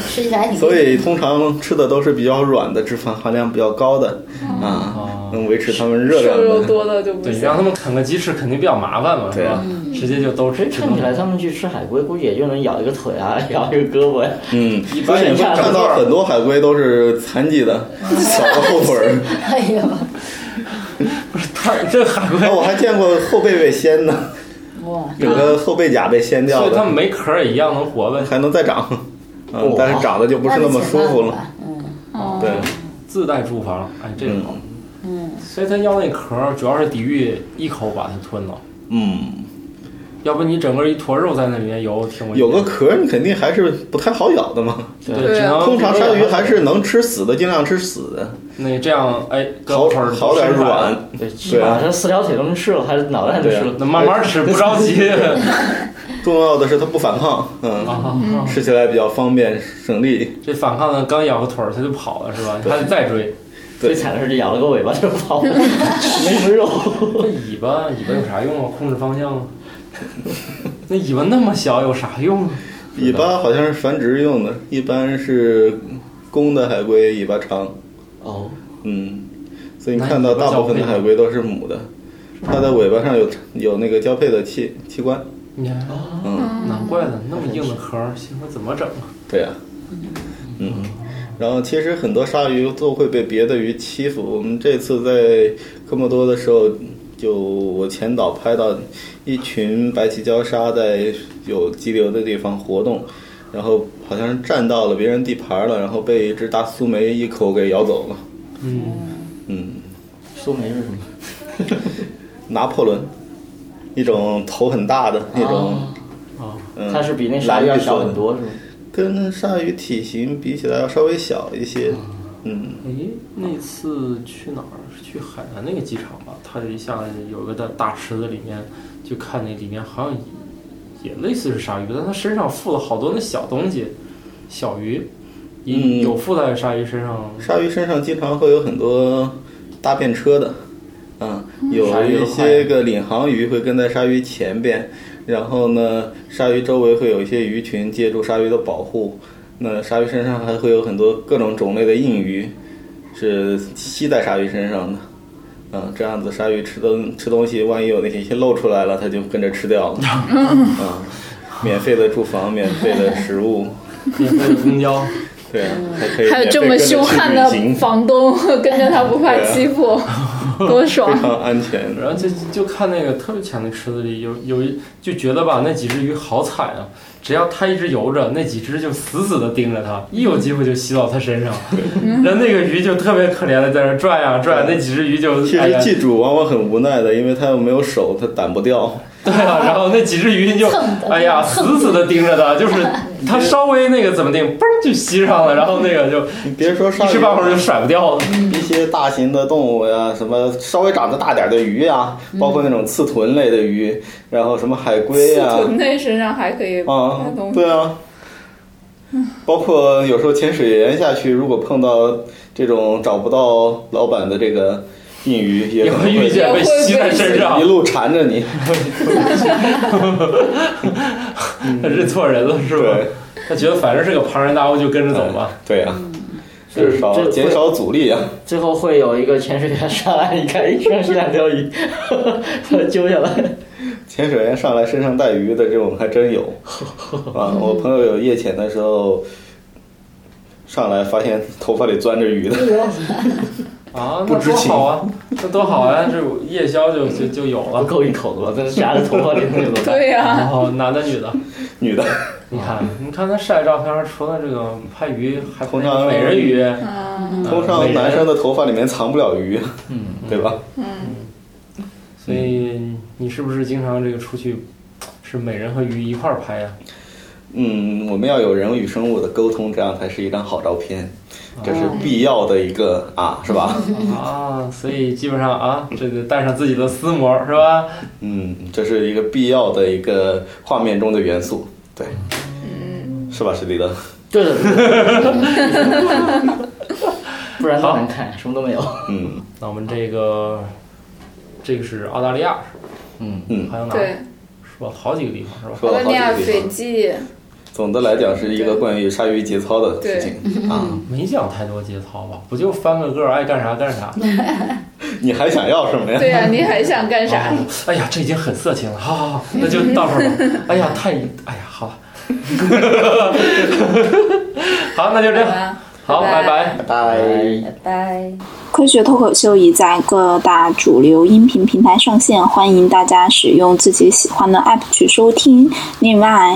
Speaker 10: 吃起来还挺。
Speaker 8: 所以通常吃的都是比较软的，脂肪含量比较高的啊，能维持它们热量
Speaker 3: 瘦肉
Speaker 8: 的。
Speaker 3: 多了就不
Speaker 2: 对，你
Speaker 3: 行。
Speaker 2: 让他们啃个鸡翅肯定比较麻烦嘛，是
Speaker 8: 啊
Speaker 2: 吧？直接就都嗯吃。
Speaker 4: 看起来他们去吃海龟，估计也就能咬一个腿啊，咬一个胳膊呀。
Speaker 8: 嗯，
Speaker 2: 一
Speaker 8: 而
Speaker 2: 般
Speaker 8: 且
Speaker 2: 也
Speaker 8: 你
Speaker 2: 不
Speaker 8: 会看到很多海龟都是残疾的，少了后腿儿。
Speaker 10: 哎呀妈！
Speaker 2: 他这海龟
Speaker 8: 然哦后我还见过后背被掀的，
Speaker 10: 哇，
Speaker 8: 整个后背甲被掀掉
Speaker 2: 所以他
Speaker 8: 的，
Speaker 2: 们没壳儿也一样能活呗。
Speaker 8: 还能再长，嗯，但是长得就不是那么舒服了。
Speaker 10: 嗯
Speaker 9: 哦，
Speaker 8: 对，
Speaker 2: 自带住房，哎，这个好。
Speaker 8: 嗯
Speaker 2: 所以它要那壳儿，主要是抵御一口把它吞了，
Speaker 8: 嗯。
Speaker 2: 要不你整个一坨肉在那里面游，挺危险
Speaker 8: 有个壳儿，你肯定还是不太好咬的嘛。
Speaker 2: 对，
Speaker 9: 对
Speaker 2: 只
Speaker 9: 啊
Speaker 2: 能
Speaker 8: 通常鲨鱼还是能吃死的，尽量吃死的，
Speaker 2: 那这样，哎，胳
Speaker 8: 好
Speaker 2: 膊腿儿
Speaker 8: 好点儿软。
Speaker 4: 对，起
Speaker 8: 啊
Speaker 4: 码这四条腿都能吃了，还是脑袋还能吃了。
Speaker 2: 那慢慢
Speaker 8: 哎
Speaker 2: 吃，不着 急。
Speaker 8: 重要的是它不反抗，嗯，
Speaker 2: 啊，
Speaker 8: 吃起来比较方便省力。
Speaker 2: 这反抗的刚咬个腿儿，它就跑了，是吧？还得再追。
Speaker 8: 对
Speaker 4: 最惨的是这咬了个尾巴就跑 了，没吃肉。
Speaker 2: 那尾巴，尾巴有啥用啊？控制方向啊？那尾巴那么小，有啥用啊？
Speaker 8: 尾巴好像是繁殖用的，一般是公的海龟尾巴长，
Speaker 4: 哦，
Speaker 8: 嗯，所以你看到大部分的海龟都是母的，它的尾巴上有有那个交配的器器官，
Speaker 2: 你看，
Speaker 8: 嗯，
Speaker 2: 难怪呢，那么硬的壳儿，行，我怎么整啊？
Speaker 8: 对呀、嗯。然后其实很多鲨鱼都会被别的鱼欺负。我们这次在科莫多的时候，就我前导拍到一群白鳍礁鲨在有激流的地方活动，然后好像是站到了别人地盘了，然后被一只大苏梅一口给咬走了。
Speaker 2: 嗯，
Speaker 8: 嗯，
Speaker 4: 苏梅是什么？
Speaker 8: 拿破仑，一种头很大的那种，
Speaker 2: 啊，
Speaker 8: 嗯，
Speaker 4: 哦它是比那鲨鱼要小很多，是吗？
Speaker 8: 跟鲨鱼体型比起来要稍微小一些。嗯，
Speaker 2: 哎，那次去哪儿？是去海南那个机场吧？它一下来有个大大池子，里面就看那里面好像也类似是鲨鱼，但它身上附了好多那小东西，小鱼，
Speaker 8: 嗯
Speaker 2: 也有附在鲨鱼身上。
Speaker 8: 鲨鱼身上经常会有很多大便车的，嗯，有
Speaker 2: 鲨鱼
Speaker 8: 一
Speaker 2: 都
Speaker 8: 些个领航鱼会跟在鲨鱼前边，然后呢，鲨鱼周围会有一些鱼群借助鲨鱼的保护。那鲨鱼身上还会有很多各种种类的硬鱼，是吸在鲨鱼身上的。嗯，这样子鲨鱼吃东吃东西，万一有那些露出来了，它就跟着吃 掉了。嗯，免费的住房，免费的食物，
Speaker 2: 免费的公交，
Speaker 8: 对啊，还可以
Speaker 9: 嗯还有
Speaker 8: 免
Speaker 9: 这
Speaker 8: 费
Speaker 9: 么
Speaker 8: 跟着
Speaker 9: 凶
Speaker 8: 去
Speaker 9: 悍
Speaker 8: 旅
Speaker 9: 的
Speaker 8: 行
Speaker 9: 房东， 跟着他不怕欺负，多
Speaker 8: 非
Speaker 9: 爽！
Speaker 8: 常安全。
Speaker 2: 然后就就看那个特别浅的池子里有有一就觉得吧，那几只鱼好惨啊！只要它一直游着，那几只就死死的盯着它，一有机会就吸到它身上。然后那个鱼就特别可怜的在那儿转呀、转，那几只鱼就
Speaker 8: 其
Speaker 2: 哎
Speaker 8: 实
Speaker 2: 呀
Speaker 8: 记主往往很无奈的，因为他又没有手，他掸不掉。
Speaker 2: 对啊，然后那几只鱼就
Speaker 10: 蹭的
Speaker 2: 哎呀死死的盯着它， 就是它稍微那个怎么定，嘣就吸上了，然后那个就
Speaker 8: 你别说鲨
Speaker 2: 一时半会儿就
Speaker 8: 鱼，啊
Speaker 2: 甩不掉了。
Speaker 8: 一些大型的动物呀，什么稍微长得大点的鱼呀，包括
Speaker 9: 嗯
Speaker 8: 那种刺豚类的鱼，然后什么海龟啊
Speaker 3: 刺
Speaker 8: 呀，
Speaker 3: 豚类身上还可以
Speaker 8: 啊
Speaker 3: 拿东，西，
Speaker 8: 对啊，包括有时候潜水员下去，如果碰到这种找不到老板的这个硬鱼，也
Speaker 2: 也
Speaker 8: 可
Speaker 2: 会
Speaker 8: 能
Speaker 2: 遇
Speaker 8: 会
Speaker 2: 见被吸在身上
Speaker 8: 一，路缠着你。
Speaker 2: 认错人了是吧？
Speaker 8: 对
Speaker 2: 他觉得反正是个庞然大物，就跟着走吧。
Speaker 8: 对呀，
Speaker 4: 这
Speaker 8: 至少
Speaker 4: 这
Speaker 8: 减少阻力啊。
Speaker 4: 最后会有一个潜水员上来，你看一哎上一两条鱼， 把它揪下来。
Speaker 8: 潜水员上来身上带鱼的这种还 真有啊！我朋友有夜潜的时候，上来发现头发里钻着鱼的，
Speaker 2: 嗯啊，
Speaker 8: 不
Speaker 2: 那
Speaker 8: 知
Speaker 2: 多
Speaker 8: 情
Speaker 2: 好啊，那多好啊！这夜宵就就就有
Speaker 4: 不
Speaker 2: 了。
Speaker 4: 够一口了，但是夹在头发里那个怎么办？
Speaker 3: 对呀、
Speaker 2: 然后男的女
Speaker 8: 啊
Speaker 2: 的，
Speaker 8: 女的
Speaker 2: 你看，你看他晒照片，除了这个拍鱼，还
Speaker 8: 通常
Speaker 2: 美人鱼，呃
Speaker 3: 啊，
Speaker 8: 通
Speaker 2: 美
Speaker 8: 常
Speaker 2: 嗯人嗯
Speaker 8: 男生的头发里面藏不了鱼，对吧？
Speaker 2: 所以你是不是经常这个出去是美人和鱼一块儿拍呀、
Speaker 8: 嗯，我们要有人与生物的沟通，这样才是一张好照片，这
Speaker 10: 嗯
Speaker 8: 是必要的一个啊，是吧？
Speaker 3: 嗯
Speaker 2: 啊，所以基本上啊，这个带上自己的丝膜是吧？
Speaker 8: 嗯，这是一个必要的一个画面中的元素，对，
Speaker 3: 嗯
Speaker 8: 是吧，史迪德？
Speaker 4: 对对对， 不然多难看，什么都没有。
Speaker 8: 嗯
Speaker 2: 那我们这个这个是澳大利亚是吧？
Speaker 4: 嗯，
Speaker 8: 嗯，
Speaker 2: 还有哪儿？
Speaker 3: 对，
Speaker 2: 是吧？好几个地方是吧？
Speaker 8: 说
Speaker 3: 澳大
Speaker 9: 啊
Speaker 8: 了好
Speaker 3: 利亚、
Speaker 8: 几个地
Speaker 3: 斐
Speaker 8: 方，
Speaker 3: 济、
Speaker 8: 总的来讲是一个关于鲨鱼节操的事情啊、
Speaker 2: 嗯，没讲太多节操吧，不就翻个个，爱干啥干啥。
Speaker 8: 你还想要什么呀？
Speaker 3: 对呀、啊，你还想干啥？
Speaker 2: 哦、哎呀，这已经很色情了，好好好，那就到这儿吧。哎呀，太，哎呀，好了， 好，那就这样。好，拜拜，
Speaker 8: 拜拜，
Speaker 10: 拜拜。
Speaker 12: 科学脱口秀已在各大主流音频平台上线，欢迎大家使用自己喜欢的 app 去收听。另外，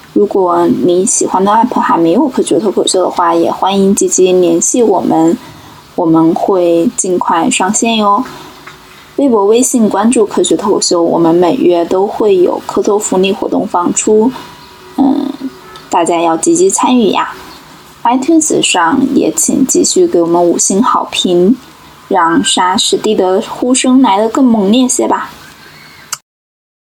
Speaker 12: 如果你喜欢的 app 还没有科学脱口秀的话，也欢迎积极联系我们，我们会尽快上线哟。微博、微信关注科学脱口秀，我们每月都会有科托福利活动放出，嗯，大家要积极参与呀。iTunes 上也请继续给我们五星好评，让沙士蒂的呼声来得更猛烈些吧。